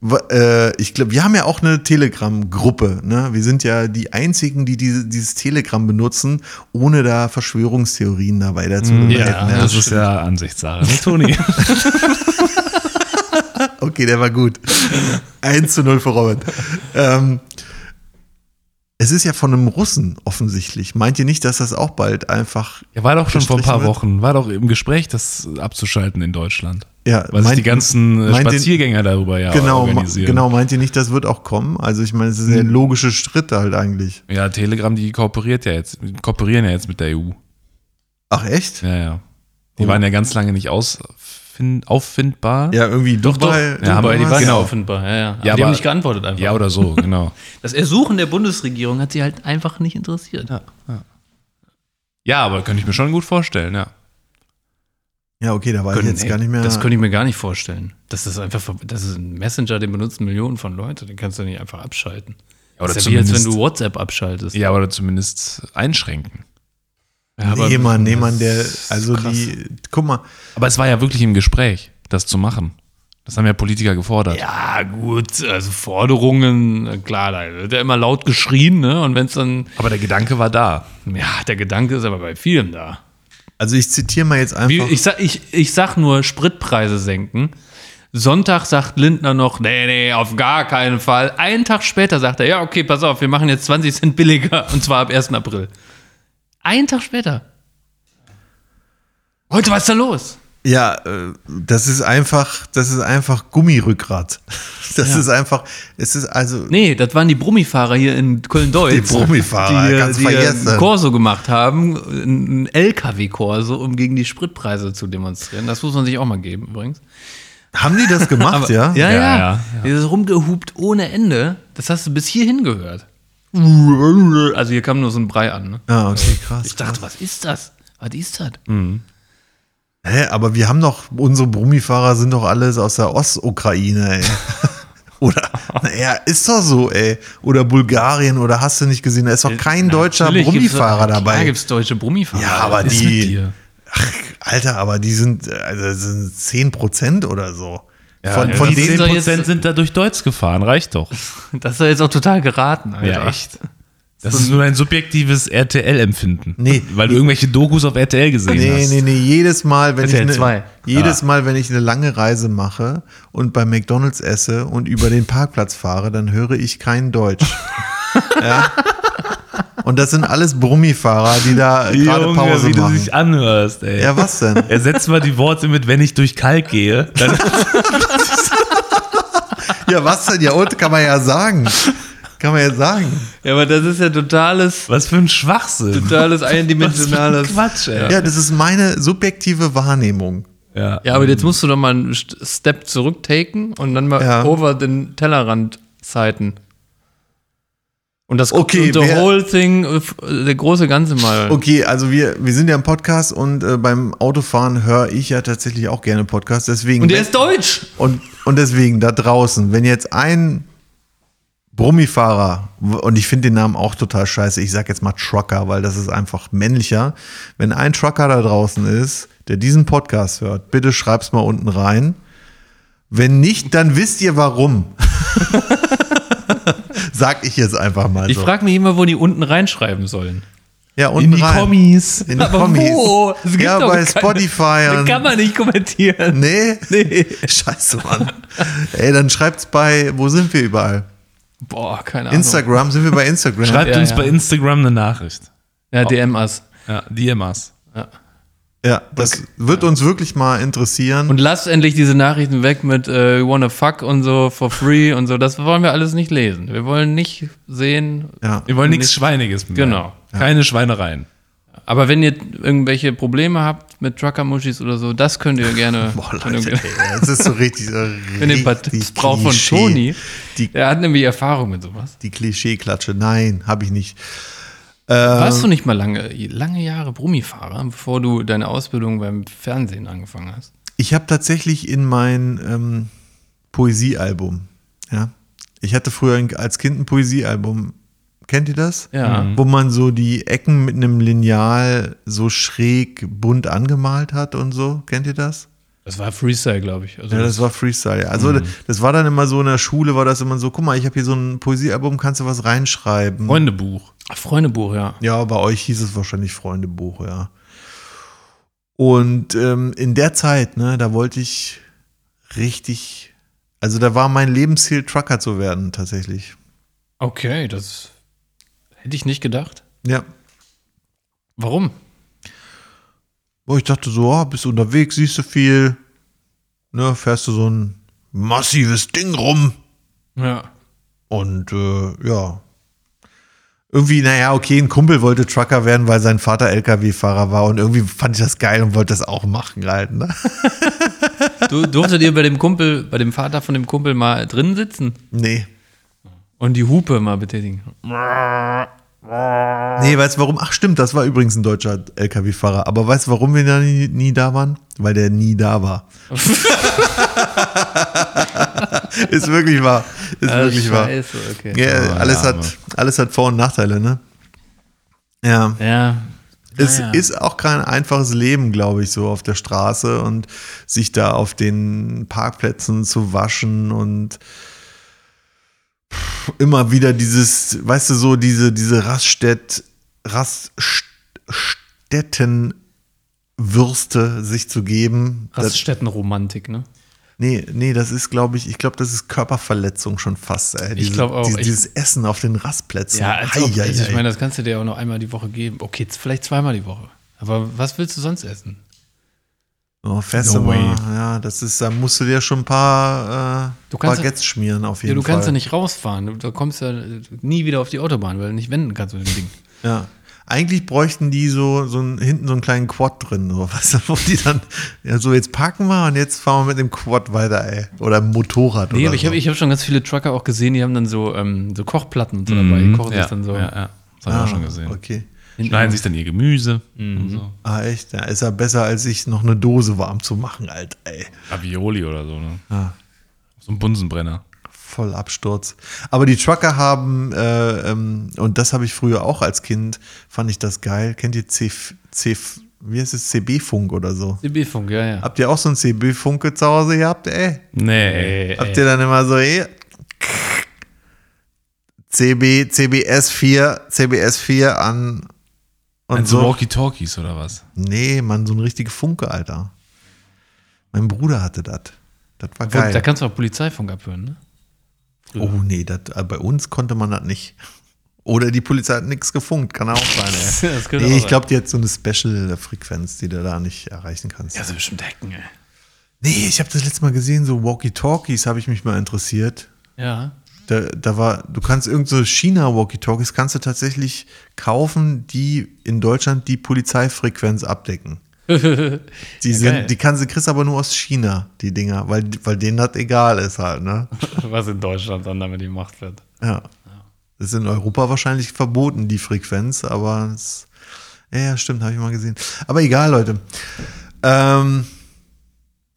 Speaker 1: wa- äh, ich glaube, wir haben ja auch eine Telegram-Gruppe. Ne? Wir sind ja die einzigen, die diese, dieses Telegram benutzen, ohne da Verschwörungstheorien dabei dazu
Speaker 3: Mm, Ja, das, ist ja Ansichtssache. Ne, <laughs> Toni?
Speaker 1: Okay, der war gut. <laughs> 1 zu 0 für Robin. Ähm, es ist ja von einem Russen offensichtlich. Meint ihr nicht, dass das auch bald einfach.
Speaker 3: Er war doch schon vor ein paar
Speaker 1: gestrichen wird?
Speaker 3: Wochen, war doch im Gespräch, das abzuschalten in Deutschland.
Speaker 1: Ja,
Speaker 3: Weil sich
Speaker 1: meint-
Speaker 3: die ganzen äh,
Speaker 1: meint den-
Speaker 3: Spaziergänger darüber ja
Speaker 1: <laughs> Genau, ma-
Speaker 3: organisieren. Hm.
Speaker 1: genau, meint ihr nicht, das wird auch kommen? Also, ich meine, es ist der logische Schritt halt eigentlich.
Speaker 3: Ja, Telegram, die kooperiert ja jetzt, kooperieren ja jetzt mit der E EU.
Speaker 1: Ach, echt?
Speaker 3: Ja, ja. Die waren ja ganz lange nicht ausfin- auffindbar.
Speaker 1: Ja, irgendwie doch, Dubai.
Speaker 3: Ja, aber die
Speaker 1: was?
Speaker 3: waren
Speaker 2: Ja,
Speaker 3: Genau.
Speaker 2: offenbar. Ja, ja. Aber
Speaker 3: Ja,
Speaker 2: die haben
Speaker 3: aber-
Speaker 2: nicht geantwortet einfach.
Speaker 3: Ja, oder
Speaker 1: <laughs>
Speaker 3: so, genau.
Speaker 2: das Ersuchen der Bundesregierung hat sie halt einfach nicht interessiert.
Speaker 3: ja, aber könnte ich mir schon gut vorstellen, ja.
Speaker 1: Ja, okay, da war ich
Speaker 3: Können-
Speaker 1: jetzt gar nicht mehr.
Speaker 2: Das könnte ich mir gar nicht vorstellen. Das ist einfach, ver- das ist ein Messenger, den benutzen Millionen von Leuten. Den kannst du nicht einfach abschalten.
Speaker 3: Ja, oder
Speaker 2: das ist ja wie, als wenn
Speaker 3: zumindest-
Speaker 2: du WhatsApp abschaltest.
Speaker 3: Ja, oder zumindest einschränken.
Speaker 2: Ja, aber-
Speaker 1: jemand, jemand, der, also die, guck mal,
Speaker 3: Aber es war ja wirklich im Gespräch, das zu machen. Das haben ja Politiker gefordert.
Speaker 2: Ja, gut, also Forderungen, äh, klar, da wird ja immer laut geschrien, ne? Und wenn es dann,
Speaker 3: Aber der Gedanke war da.
Speaker 2: ja, der Gedanke ist aber bei vielen da.
Speaker 1: also ich zitiere mal jetzt
Speaker 2: Wie,
Speaker 1: einfach.
Speaker 2: ich, sag, ich, ich sag nur Spritpreise senken. Sonntag sagt Lindner noch, nee, nee, auf gar keinen Fall. Einen Tag später sagt er, ja, okay, pass auf, wir machen jetzt 20 Cent billiger und zwar ab 1. April. Einen Tag später. Heute, was ist da los?
Speaker 1: ja, äh, das ist einfach, das ist einfach Gummirückgrat. <laughs> Das ist einfach, es ist also,
Speaker 2: Nee, das waren die Brummifahrer hier in Köln-Deutz.
Speaker 1: Die Brummifahrer,
Speaker 2: die, äh,
Speaker 1: ganz
Speaker 2: die
Speaker 1: vergessen.
Speaker 2: einen Korso gemacht haben, einen LKW-Korso, um gegen die Spritpreise zu demonstrieren. Das muss man sich auch mal geben, übrigens.
Speaker 1: haben die das
Speaker 2: <laughs>
Speaker 1: gemacht, ja?
Speaker 2: Ja, ja.
Speaker 3: Ja, ja,
Speaker 2: Dieses rumgehupt ohne Ende, das hast du bis hierhin gehört. Also hier kam nur so ein Brei an. Ne?
Speaker 1: Ah, okay, krass.
Speaker 2: Ich dachte, was ist das? Was ist das? <laughs>
Speaker 1: Hä, aber wir haben doch, unsere Brummifahrer sind doch alles aus der Ostukraine, ey. Oder, naja, ist doch so, ey. Oder Bulgarien oder hast du nicht gesehen, da ist doch kein deutscher
Speaker 2: Äh, Natürlich gibt's-
Speaker 1: Brummifahrer
Speaker 2: Klar
Speaker 1: dabei.
Speaker 2: gibt es deutsche Brummifahrer.
Speaker 1: Ja, aber
Speaker 2: Was ist
Speaker 1: die-
Speaker 2: Mit dir?
Speaker 1: Ach, Alter, aber die sind, äh, also das sind 10 Prozent oder so. von
Speaker 3: Ja,
Speaker 1: von
Speaker 3: das
Speaker 1: denen.
Speaker 2: doch jetzt-
Speaker 3: 10% sind da durch Deutsch gefahren, reicht doch.
Speaker 2: Das ist doch jetzt auch total geraten, Alter.
Speaker 3: Ja, echt. Das ist nur ein subjektives RTL-Empfinden.
Speaker 1: Nee.
Speaker 3: Weil du irgendwelche Dokus auf RTL gesehen
Speaker 1: Nee,
Speaker 3: hast.
Speaker 1: nee, nee, jedes Mal, wenn ich
Speaker 2: RTL
Speaker 1: eine,
Speaker 2: 2.
Speaker 1: jedes Mal, wenn ich eine lange Reise mache und bei McDonald's esse und über den Parkplatz fahre, dann höre ich kein Deutsch. ja. Und das sind alles Brummifahrer, die da gerade
Speaker 3: Junge,
Speaker 1: Pause
Speaker 3: wie du
Speaker 1: machen.
Speaker 3: dich anhörst, ey.
Speaker 1: Ja, was
Speaker 3: <laughs>
Speaker 1: denn?
Speaker 3: Ersetz mal die Worte mit, wenn ich durch Kalk gehe.
Speaker 1: <laughs>
Speaker 3: Dann
Speaker 1: Ja, was denn? Ja, und kann man ja sagen. Kann man ja sagen.
Speaker 2: Ja, aber das ist ja totales,
Speaker 3: Was für ein
Speaker 1: <laughs>
Speaker 3: Schwachsinn.
Speaker 2: totales
Speaker 3: Was für
Speaker 2: eindimensionales.
Speaker 3: ein Quatsch, ey.
Speaker 1: Ja, das ist meine subjektive Wahrnehmung.
Speaker 3: Ja.
Speaker 2: Ja, aber jetzt musst du doch mal einen St- Step zurücktaken und dann mal
Speaker 1: Ja.
Speaker 2: over den Tellerrand zeiten. Und das
Speaker 1: Okay,
Speaker 2: und the
Speaker 1: wer-
Speaker 2: whole thing, äh, f- äh, der große Ganze mal.
Speaker 1: Okay, also wir, wir sind ja im Podcast und äh, beim Autofahren höre ich ja tatsächlich auch gerne Podcasts. Deswegen
Speaker 2: Und der ist deutsch.
Speaker 1: Und, und deswegen, da draußen, wenn jetzt ein Brummifahrer, und ich finde den Namen auch total scheiße, ich sag jetzt mal Trucker, weil das ist einfach männlicher. Wenn ein Trucker da draußen ist, der diesen Podcast hört, bitte schreib's mal unten rein. Wenn nicht, dann wisst ihr warum. <laughs> sag ich jetzt einfach mal
Speaker 2: Ich
Speaker 1: so.
Speaker 2: frage mich immer, wo die unten reinschreiben sollen.
Speaker 1: ja, unten
Speaker 3: In die
Speaker 1: rein.
Speaker 3: Kommis.
Speaker 1: In die Kommis.
Speaker 2: wo? Es gibt
Speaker 1: Ja,
Speaker 2: doch
Speaker 1: bei
Speaker 2: keine-
Speaker 1: Spotify.
Speaker 2: Da
Speaker 1: und-
Speaker 2: <laughs> kann man nicht kommentieren.
Speaker 1: Nee? Nee. <laughs> Scheiße, Mann. Ey, dann schreibt's bei, wo sind wir überall?
Speaker 2: Boah, keine Ahnung.
Speaker 1: Instagram, sind wir bei Instagram?
Speaker 3: Schreibt
Speaker 2: Ja,
Speaker 3: uns
Speaker 2: ja.
Speaker 3: bei Instagram eine Nachricht.
Speaker 2: Ja, DM-Ass.
Speaker 3: Ja, DMAs.
Speaker 1: Ja, das wird uns wirklich mal interessieren.
Speaker 2: Und lasst endlich diese Nachrichten weg mit äh, you wanna fuck und so for free und so. Das wollen wir alles nicht lesen. Wir wollen nicht sehen.
Speaker 1: ja.
Speaker 3: Wir wollen nichts Schweiniges. mehr.
Speaker 2: Genau.
Speaker 3: Keine Schweinereien.
Speaker 2: Aber wenn ihr irgendwelche Probleme habt mit Trucker-Muschis oder so, das könnt ihr gerne.
Speaker 1: <laughs> Boah,
Speaker 2: könnt
Speaker 1: Leute, <laughs>
Speaker 2: ihr,
Speaker 1: ey, das ist so richtig. So
Speaker 2: wenn ihr ein paar Tipps braucht von Toni,
Speaker 1: Die,
Speaker 2: der hat nämlich Erfahrung mit sowas.
Speaker 1: die Klischee-Klatsche. Nein, habe ich nicht. Ähm.
Speaker 2: Warst du nicht mal lange, lange Jahre Brummifahrer, bevor du deine Ausbildung beim Fernsehen angefangen hast?
Speaker 1: Ich habe tatsächlich in mein ähm, Poesiealbum, ja. Ich hatte früher ein- als Kind ein Poesiealbum. Kennt ihr das?
Speaker 2: Ja. Mhm.
Speaker 1: Wo man so die Ecken mit einem Lineal so schräg bunt angemalt hat und so. Kennt ihr das?
Speaker 2: Das war Freestyle, glaube ich. Also
Speaker 1: Ja, das war Freestyle. ja. Also das war dann immer so in der Schule, war das immer so, guck mal, ich habe hier so ein Poesiealbum, kannst du was reinschreiben?
Speaker 3: Freundebuch.
Speaker 2: Freundebuch, ja.
Speaker 1: Ja, bei euch hieß es wahrscheinlich Freundebuch, ja. Und ähm, in der Zeit, ne, da wollte ich richtig, also da war mein Lebensziel, Trucker zu werden, tatsächlich.
Speaker 2: Okay, das hätte ich nicht gedacht.
Speaker 1: Ja.
Speaker 2: Warum?
Speaker 1: Wo ich dachte so, ah, bist unterwegs, siehst du viel, ne, fährst du so ein massives Ding rum.
Speaker 2: Ja.
Speaker 1: Und äh, ja. Irgendwie, naja, okay, ein Kumpel wollte Trucker werden, weil sein Vater LKW-Fahrer war und irgendwie fand ich das geil und wollte das auch machen halt. Ne?
Speaker 2: Du, durftet ihr bei dem Kumpel, bei dem Vater von dem Kumpel mal drin sitzen
Speaker 1: Nee.
Speaker 2: und die Hupe mal betätigen?
Speaker 1: Nee, weißt du warum? Ach stimmt, das war übrigens ein deutscher LKW-Fahrer. Aber weißt du, warum wir da nie, nie da waren? Weil der nie da war. ist wirklich wahr. Ist wirklich wahr.
Speaker 2: Scheiße, okay.
Speaker 1: Ja, alles,
Speaker 3: Arme.
Speaker 1: hat, alles hat Vor- und Nachteile, ne? Ja.
Speaker 2: Ah, Ja.
Speaker 1: Es
Speaker 2: Naja.
Speaker 1: ist auch kein einfaches Leben, glaube ich, so auf der Straße und sich da auf den Parkplätzen zu waschen und pff, immer wieder dieses, weißt du, so diese, diese Raststätt, Raststättenwürste sich zu geben. Das,
Speaker 2: Raststättenromantik, ne?
Speaker 1: nee, nee, das ist, glaube ich, ich glaube, das ist Körperverletzung schon fast. Ey. Diese-
Speaker 2: glaub auch,
Speaker 1: Dieses,
Speaker 2: ich-
Speaker 1: dieses Essen auf den Rastplätzen.
Speaker 2: Ja, als ob,
Speaker 1: Eieiei.
Speaker 2: also ich meine, das kannst du dir auch noch einmal die Woche geben. Okay, z- vielleicht zweimal die Woche. Aber was willst du sonst essen?
Speaker 1: Oh, feste
Speaker 3: No
Speaker 1: mal.
Speaker 3: way.
Speaker 1: Ja, das ist, da musst du dir schon ein paar äh,
Speaker 2: Du kannst-
Speaker 1: Baguettes schmieren auf
Speaker 2: Ja,
Speaker 1: jeden
Speaker 2: du
Speaker 1: Fall.
Speaker 2: kannst ja nicht rausfahren. Du, du kommst ja äh, nie wieder auf die Autobahn, weil du nicht wenden kannst mit
Speaker 1: <laughs>
Speaker 2: dem Ding.
Speaker 1: Ja. Eigentlich bräuchten die so, so einen, hinten so einen kleinen Quad drin, so, <laughs> weißt du, wo die dann, ja, so jetzt parken wir und jetzt fahren wir mit dem Quad weiter, ey. Oder im Motorrad
Speaker 2: Nee,
Speaker 1: oder
Speaker 2: aber ich
Speaker 1: so.
Speaker 2: habe ich hab schon ganz viele Trucker auch gesehen, die haben dann so, ähm, so Kochplatten und so dabei.
Speaker 1: Mhm.
Speaker 2: Die kochen das dann so.
Speaker 3: Ja, ja. Das haben wir auch schon gesehen.
Speaker 1: Ah, Okay.
Speaker 3: Schneiden sich dann ihr Gemüse und so.
Speaker 1: Ah, echt? Ja, ist ja besser, als sich noch eine Dose warm zu machen, Alter, ey. Ah.
Speaker 3: Ravioli oder so, ne? So ein Bunsenbrenner.
Speaker 1: Vollabsturz. Aber die Trucker haben, äh, ähm, und das habe ich früher auch als Kind, fand ich das geil. Kennt ihr C, C, wie heißt es, CB-Funk oder so?
Speaker 2: DB-Funk, ja, ja.
Speaker 1: Habt ihr auch so einen CB-Funke zu Hause gehabt, ey?
Speaker 3: Nee.
Speaker 2: Ey,
Speaker 1: Habt
Speaker 2: ey.
Speaker 1: ihr dann immer so, ey, CB, CBS 4, CBS 4 an und
Speaker 3: Also
Speaker 1: so.
Speaker 3: Walkie-Talkies oder was?
Speaker 1: Nee, Mann, so ein richtiger Funke, Alter. Mein Bruder hatte das. Das war geil.
Speaker 2: Da kannst du auch Polizeifunk abhören, ne?
Speaker 1: Oh nee, dat, äh, bei uns konnte man das nicht. Oder die Polizei hat nichts gefunkt, kann auch sein.
Speaker 2: <laughs> Das
Speaker 1: Ey.
Speaker 2: könnte
Speaker 1: Nee,
Speaker 2: auch
Speaker 1: ich
Speaker 2: sein.
Speaker 1: glaube, die hat so eine Special-Frequenz, die du da nicht erreichen kannst.
Speaker 2: Ja, so bestimmt Hecken, ey.
Speaker 1: Nee, ich habe das letzte Mal gesehen, so Walkie-Talkies habe ich mich mal interessiert.
Speaker 2: Ja.
Speaker 1: Da, da war, du kannst irgend so China-Walkie-Talkies, kannst du tatsächlich kaufen, die in Deutschland die Polizeifrequenz abdecken. Die,
Speaker 2: geil.
Speaker 1: sind, die kannst du kriegst aber nur aus China, die Dinger, weil, weil denen das egal ist halt, ne?
Speaker 2: Was in Deutschland dann damit gemacht wird.
Speaker 1: Ja. Das ist in Europa wahrscheinlich verboten, die Frequenz, aber es, ja, ja, stimmt, habe ich mal gesehen. Aber egal, Leute. Ähm,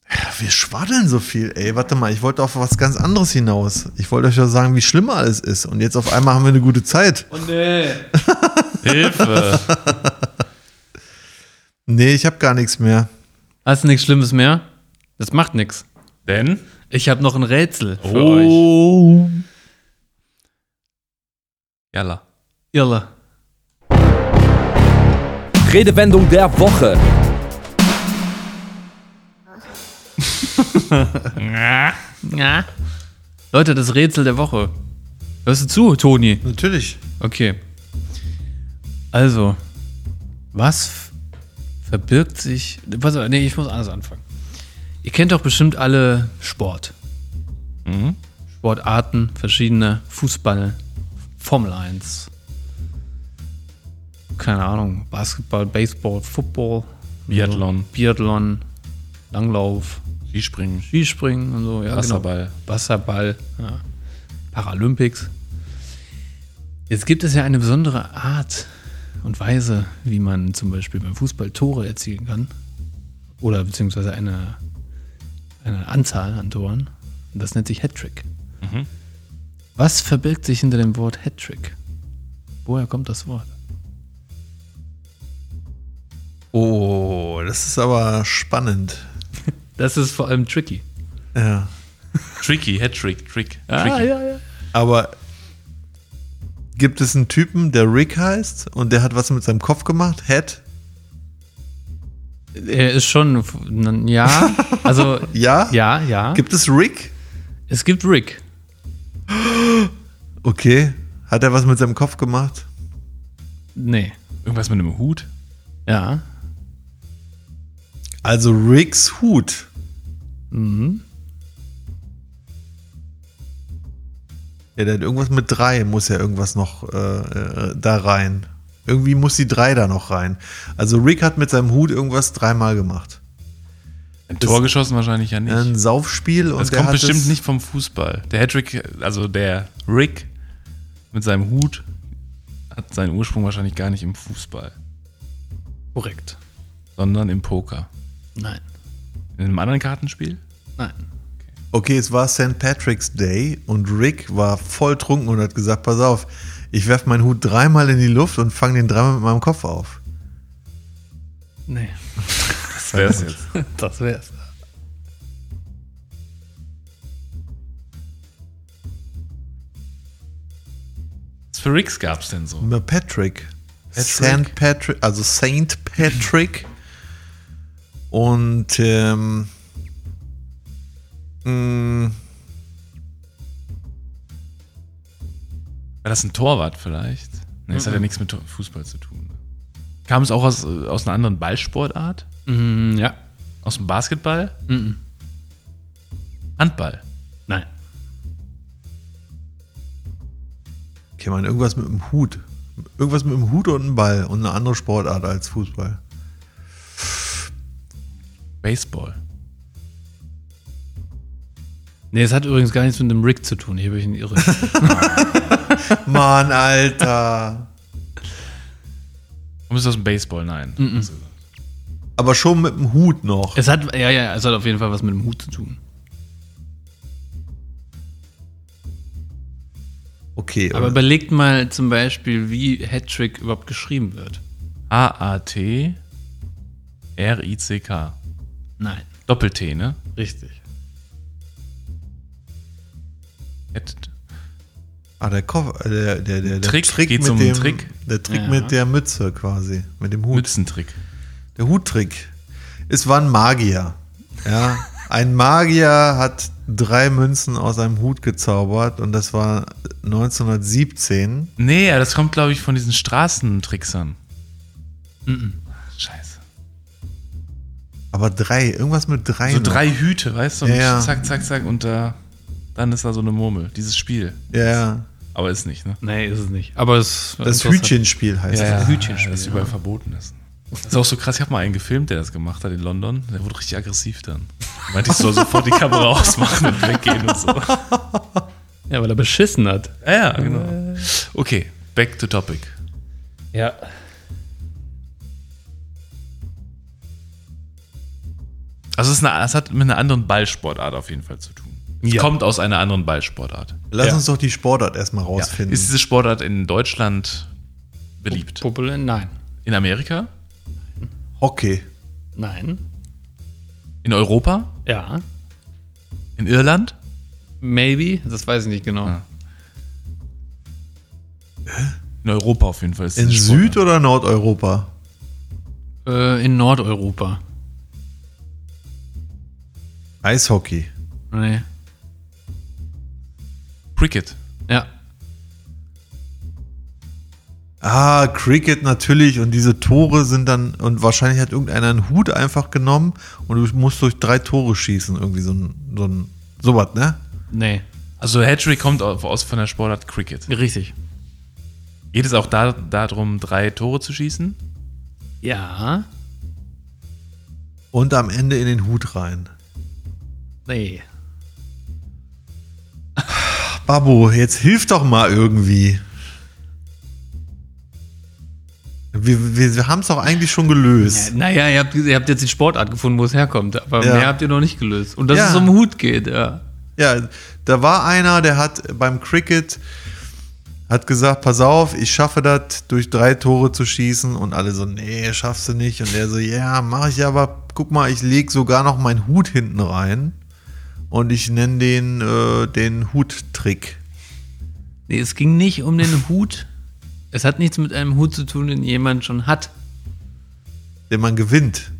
Speaker 1: ja, wir schwaddeln so viel, ey. Warte mal, ich wollte auf was ganz anderes hinaus. Ich wollte euch ja sagen, wie schlimm alles ist. Und jetzt auf einmal haben wir eine gute Zeit.
Speaker 2: Oh nee.
Speaker 3: Hilfe!
Speaker 1: Nee, ich habe gar nichts mehr.
Speaker 2: Hast du nichts Schlimmes mehr? Das macht nichts.
Speaker 3: Denn?
Speaker 2: Ich habe noch ein Rätsel für euch.
Speaker 3: Oh. Jalla.
Speaker 2: Irre.
Speaker 4: Redewendung der Woche.
Speaker 2: Ja. Leute, das Rätsel der Woche. Hörst du zu, Toni?
Speaker 1: Natürlich.
Speaker 2: Okay. Also, was f- verbirgt sich. Pass auf, nee, ich muss anders anfangen. Ihr kennt doch bestimmt alle Sport. Sportarten, verschiedene Fußball, Formel 1. Keine Ahnung, Basketball, Baseball, Football,
Speaker 3: Biathlon,
Speaker 2: Biathlon, Langlauf,
Speaker 3: Skispringen,
Speaker 2: Skispringen und so. Ja, genau.
Speaker 3: Wasserball.
Speaker 2: Wasserball, ja. Paralympics. Jetzt gibt es ja eine besondere Art und Weise, wie man zum Beispiel beim Fußball Tore erzielen kann. Oder beziehungsweise eine, eine Anzahl an Toren. Und das nennt sich Hattrick. Mhm. Was verbirgt sich hinter dem Wort Hattrick? Woher kommt das Wort?
Speaker 1: Oh, das ist aber spannend.
Speaker 2: Das ist vor allem tricky.
Speaker 1: Ja.
Speaker 3: Tricky, Hattrick, Trick.
Speaker 2: Ah, ja, ja.
Speaker 1: Aber gibt es einen Typen, der Rick heißt und der hat was mit seinem Kopf gemacht? Head?
Speaker 2: Er ist schon, ja, <laughs> also,
Speaker 1: Ja?
Speaker 2: ja, ja.
Speaker 1: Gibt es Rick?
Speaker 2: Es gibt Rick.
Speaker 1: Okay. Hat er was mit seinem Kopf gemacht?
Speaker 2: Nee.
Speaker 3: Irgendwas mit einem Hut?
Speaker 2: Ja,
Speaker 1: Also Ricks Hut. Mhm. Ja, der hat irgendwas mit drei, muss ja irgendwas noch äh, äh, da rein. Irgendwie muss die drei da noch rein. Also Rick hat mit seinem Hut irgendwas dreimal gemacht.
Speaker 3: Ein Tor geschossen wahrscheinlich ja nicht.
Speaker 1: Ein Saufspiel und
Speaker 3: das
Speaker 1: Ähm, der
Speaker 3: kommt
Speaker 1: hat
Speaker 3: bestimmt
Speaker 1: es,
Speaker 3: nicht vom Fußball. Der Hattrick, also der Rick mit seinem Hut, hat seinen Ursprung wahrscheinlich gar nicht im Fußball,
Speaker 2: korrekt.
Speaker 3: sondern im Poker.
Speaker 2: Nein,
Speaker 3: In einem anderen Kartenspiel?
Speaker 2: nein.
Speaker 1: Okay, es war St. Patrick's Day und Rick war voll trunken und hat gesagt: Pass auf, ich werf meinen Hut dreimal in die Luft und fange den dreimal mit meinem Kopf auf.
Speaker 2: Nee.
Speaker 3: Das
Speaker 2: <laughs>
Speaker 3: wär's jetzt.
Speaker 2: Das wär's.
Speaker 3: Was für Ricks gab's denn so?
Speaker 1: Na, Patrick.
Speaker 3: Patrick.
Speaker 1: St. Patrick, also Saint Patrick. Und ähm, mh,
Speaker 3: War das ein Torwart vielleicht? Nee, das hat ja nichts mit Tor- Fußball zu tun. Kam es auch aus, äh, aus einer anderen Ballsportart? Mhm,
Speaker 2: Mm, ja.
Speaker 3: Aus dem Basketball? Handball.
Speaker 2: Nein.
Speaker 1: okay, man, irgendwas mit dem Hut. Irgendwas mit dem Hut und einem Ball und eine andere Sportart als Fußball.
Speaker 3: Baseball.
Speaker 2: Nee, es hat übrigens gar nichts mit dem Rick zu tun. Hier bin ich ein <laughs> Irre.
Speaker 1: Mann, Alter.
Speaker 3: Kommt es aus dem Baseball? Nein. Also,
Speaker 1: Aber schon mit dem Hut noch.
Speaker 2: es hat, ja, ja, es hat auf jeden Fall was mit dem Hut zu tun.
Speaker 1: okay.
Speaker 2: Aber
Speaker 1: oder?
Speaker 2: überlegt mal zum Beispiel, wie Hattrick überhaupt geschrieben wird.
Speaker 3: A-A-T-R-I-C-K.
Speaker 2: Nein,
Speaker 3: Doppel-T, ne?
Speaker 2: richtig.
Speaker 3: Hat-
Speaker 1: ah, der, Koffer, äh, der, der, der, der
Speaker 3: Trick geht
Speaker 1: mit
Speaker 3: zum
Speaker 1: dem,
Speaker 3: Trick.
Speaker 1: Der Trick
Speaker 2: Ja.
Speaker 1: mit der Mütze quasi, mit dem Hut.
Speaker 3: Mützentrick.
Speaker 1: Der Huttrick. Es war ein Magier. Ja. Ein Magier hat drei Münzen aus einem Hut gezaubert und das war 1917.
Speaker 3: Nee, aber das kommt, glaube ich, von diesen Straßentricksern. Scheiße.
Speaker 1: Aber drei, irgendwas mit drei.
Speaker 3: So
Speaker 1: noch.
Speaker 3: drei Hüte, weißt du? Und
Speaker 1: Ja, ja.
Speaker 3: Zack, zack, zack. Und da, dann ist da so eine Murmel. Dieses Spiel.
Speaker 1: Ja, ja.
Speaker 3: Aber ist nicht, ne?
Speaker 2: Nee, ist es nicht. Aber es
Speaker 1: Das Hütchenspiel heißt das.
Speaker 3: Hütchenspiel. Das überall verboten ist. Das ist auch so krass. Ich habe mal einen gefilmt, der das gemacht hat in London. Der wurde richtig aggressiv dann. Meinte, ich soll sofort die Kamera <laughs> ausmachen und weggehen und so. Ja,
Speaker 2: Ja, weil er beschissen hat.
Speaker 3: ja, genau. Okay, back to topic.
Speaker 2: Ja.
Speaker 3: Also es, ist eine, es hat mit einer anderen Ballsportart auf jeden Fall zu tun. Es kommt aus einer anderen Ballsportart.
Speaker 1: Lass uns doch die Sportart erstmal
Speaker 3: Ja.
Speaker 1: rausfinden.
Speaker 3: Ist diese Sportart in Deutschland beliebt?
Speaker 2: Populär? Nein.
Speaker 3: In Amerika?
Speaker 1: Hockey.
Speaker 2: Nein.
Speaker 3: In Europa?
Speaker 2: Ja.
Speaker 3: In Irland?
Speaker 2: Maybe? Das weiß ich nicht genau.
Speaker 3: Ja. In Europa auf jeden Fall. Ist
Speaker 1: In
Speaker 3: diese Sportart.
Speaker 1: Süd- oder Nordeuropa?
Speaker 2: Äh, in Nordeuropa.
Speaker 1: Eishockey.
Speaker 2: Nee.
Speaker 3: Cricket.
Speaker 2: Ja.
Speaker 1: Ah, Cricket natürlich und diese Tore sind dann, und wahrscheinlich hat irgendeiner einen Hut einfach genommen und du musst durch drei Tore schießen, irgendwie so ein, so ein, sowas, ne?
Speaker 2: Nee.
Speaker 3: Also Hattrick kommt au- aus von der Sportart Cricket.
Speaker 2: Richtig.
Speaker 3: Geht es auch da, darum, drei Tore zu schießen?
Speaker 2: Ja.
Speaker 1: Und am Ende in den Hut rein.
Speaker 2: Nee.
Speaker 1: Babu, jetzt hilf doch mal irgendwie. Wir, wir, wir haben es doch eigentlich schon gelöst.
Speaker 2: Naja, ihr habt, ihr habt jetzt die Sportart gefunden, wo es herkommt, aber
Speaker 1: Ja.
Speaker 2: mehr habt ihr noch nicht gelöst. Und dass
Speaker 1: Ja.
Speaker 2: es um Hut geht, ja.
Speaker 1: Ja, da war einer, der hat beim Cricket hat gesagt, pass auf, ich schaffe das, durch drei Tore zu schießen und alle so, nee, schaffst du nicht und der so, ja, mach ich aber, guck mal, ich leg sogar noch meinen Hut hinten rein und ich nenne den äh, den Huttrick.
Speaker 2: Nee, es ging nicht um den Hut. Es hat nichts mit einem Hut zu tun, den jemand schon hat.
Speaker 1: den man gewinnt.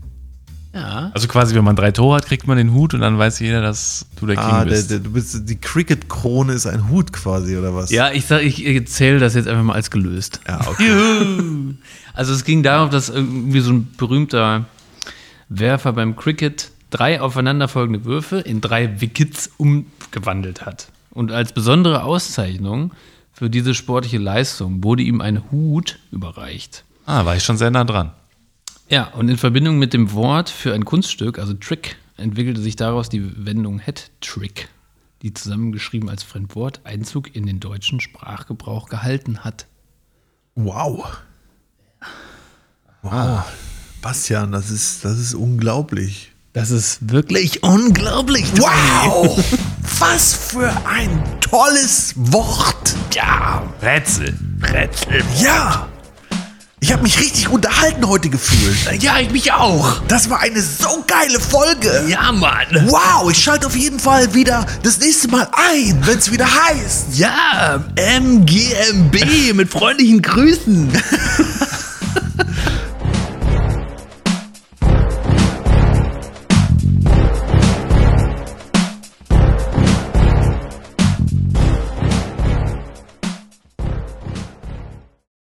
Speaker 2: Ja.
Speaker 3: Also quasi, wenn man drei Tore hat, kriegt man den Hut und dann weiß jeder, dass du der King
Speaker 1: Ah, der,
Speaker 3: bist.
Speaker 1: der, du bist die Cricket Krone ist ein Hut quasi oder was?
Speaker 2: Ja, ich sag, ich zähle das jetzt einfach mal als gelöst.
Speaker 1: Ja, okay.
Speaker 2: Juhu. Also es ging darum, dass irgendwie so ein berühmter Werfer beim Cricket drei aufeinanderfolgende Würfe in drei Wickets umgewandelt hat. Und als besondere Auszeichnung für diese sportliche Leistung wurde ihm ein Hut überreicht.
Speaker 3: ah, war ich schon sehr nah dran.
Speaker 2: Ja, und in Verbindung mit dem Wort für ein Kunststück, also Trick, entwickelte sich daraus die Wendung Hat-Trick, die zusammengeschrieben als Fremdwort Einzug in den deutschen Sprachgebrauch gehalten hat.
Speaker 1: Wow. Wow. Bastian, das ist, das ist unglaublich.
Speaker 2: Das ist wirklich
Speaker 5: Gleich unglaublich.
Speaker 1: Wow! Was für ein tolles Wort!
Speaker 3: Ja, Rätsel. Rätsel.
Speaker 1: Ja! Ich habe mich richtig unterhalten heute gefühlt.
Speaker 5: Ja, ich mich auch.
Speaker 1: Das war eine so geile Folge.
Speaker 5: Ja, Mann.
Speaker 1: Wow, ich schalte auf jeden Fall wieder das nächste Mal ein, wenn es wieder heißt.
Speaker 5: Ja, MGMB mit freundlichen Grüßen.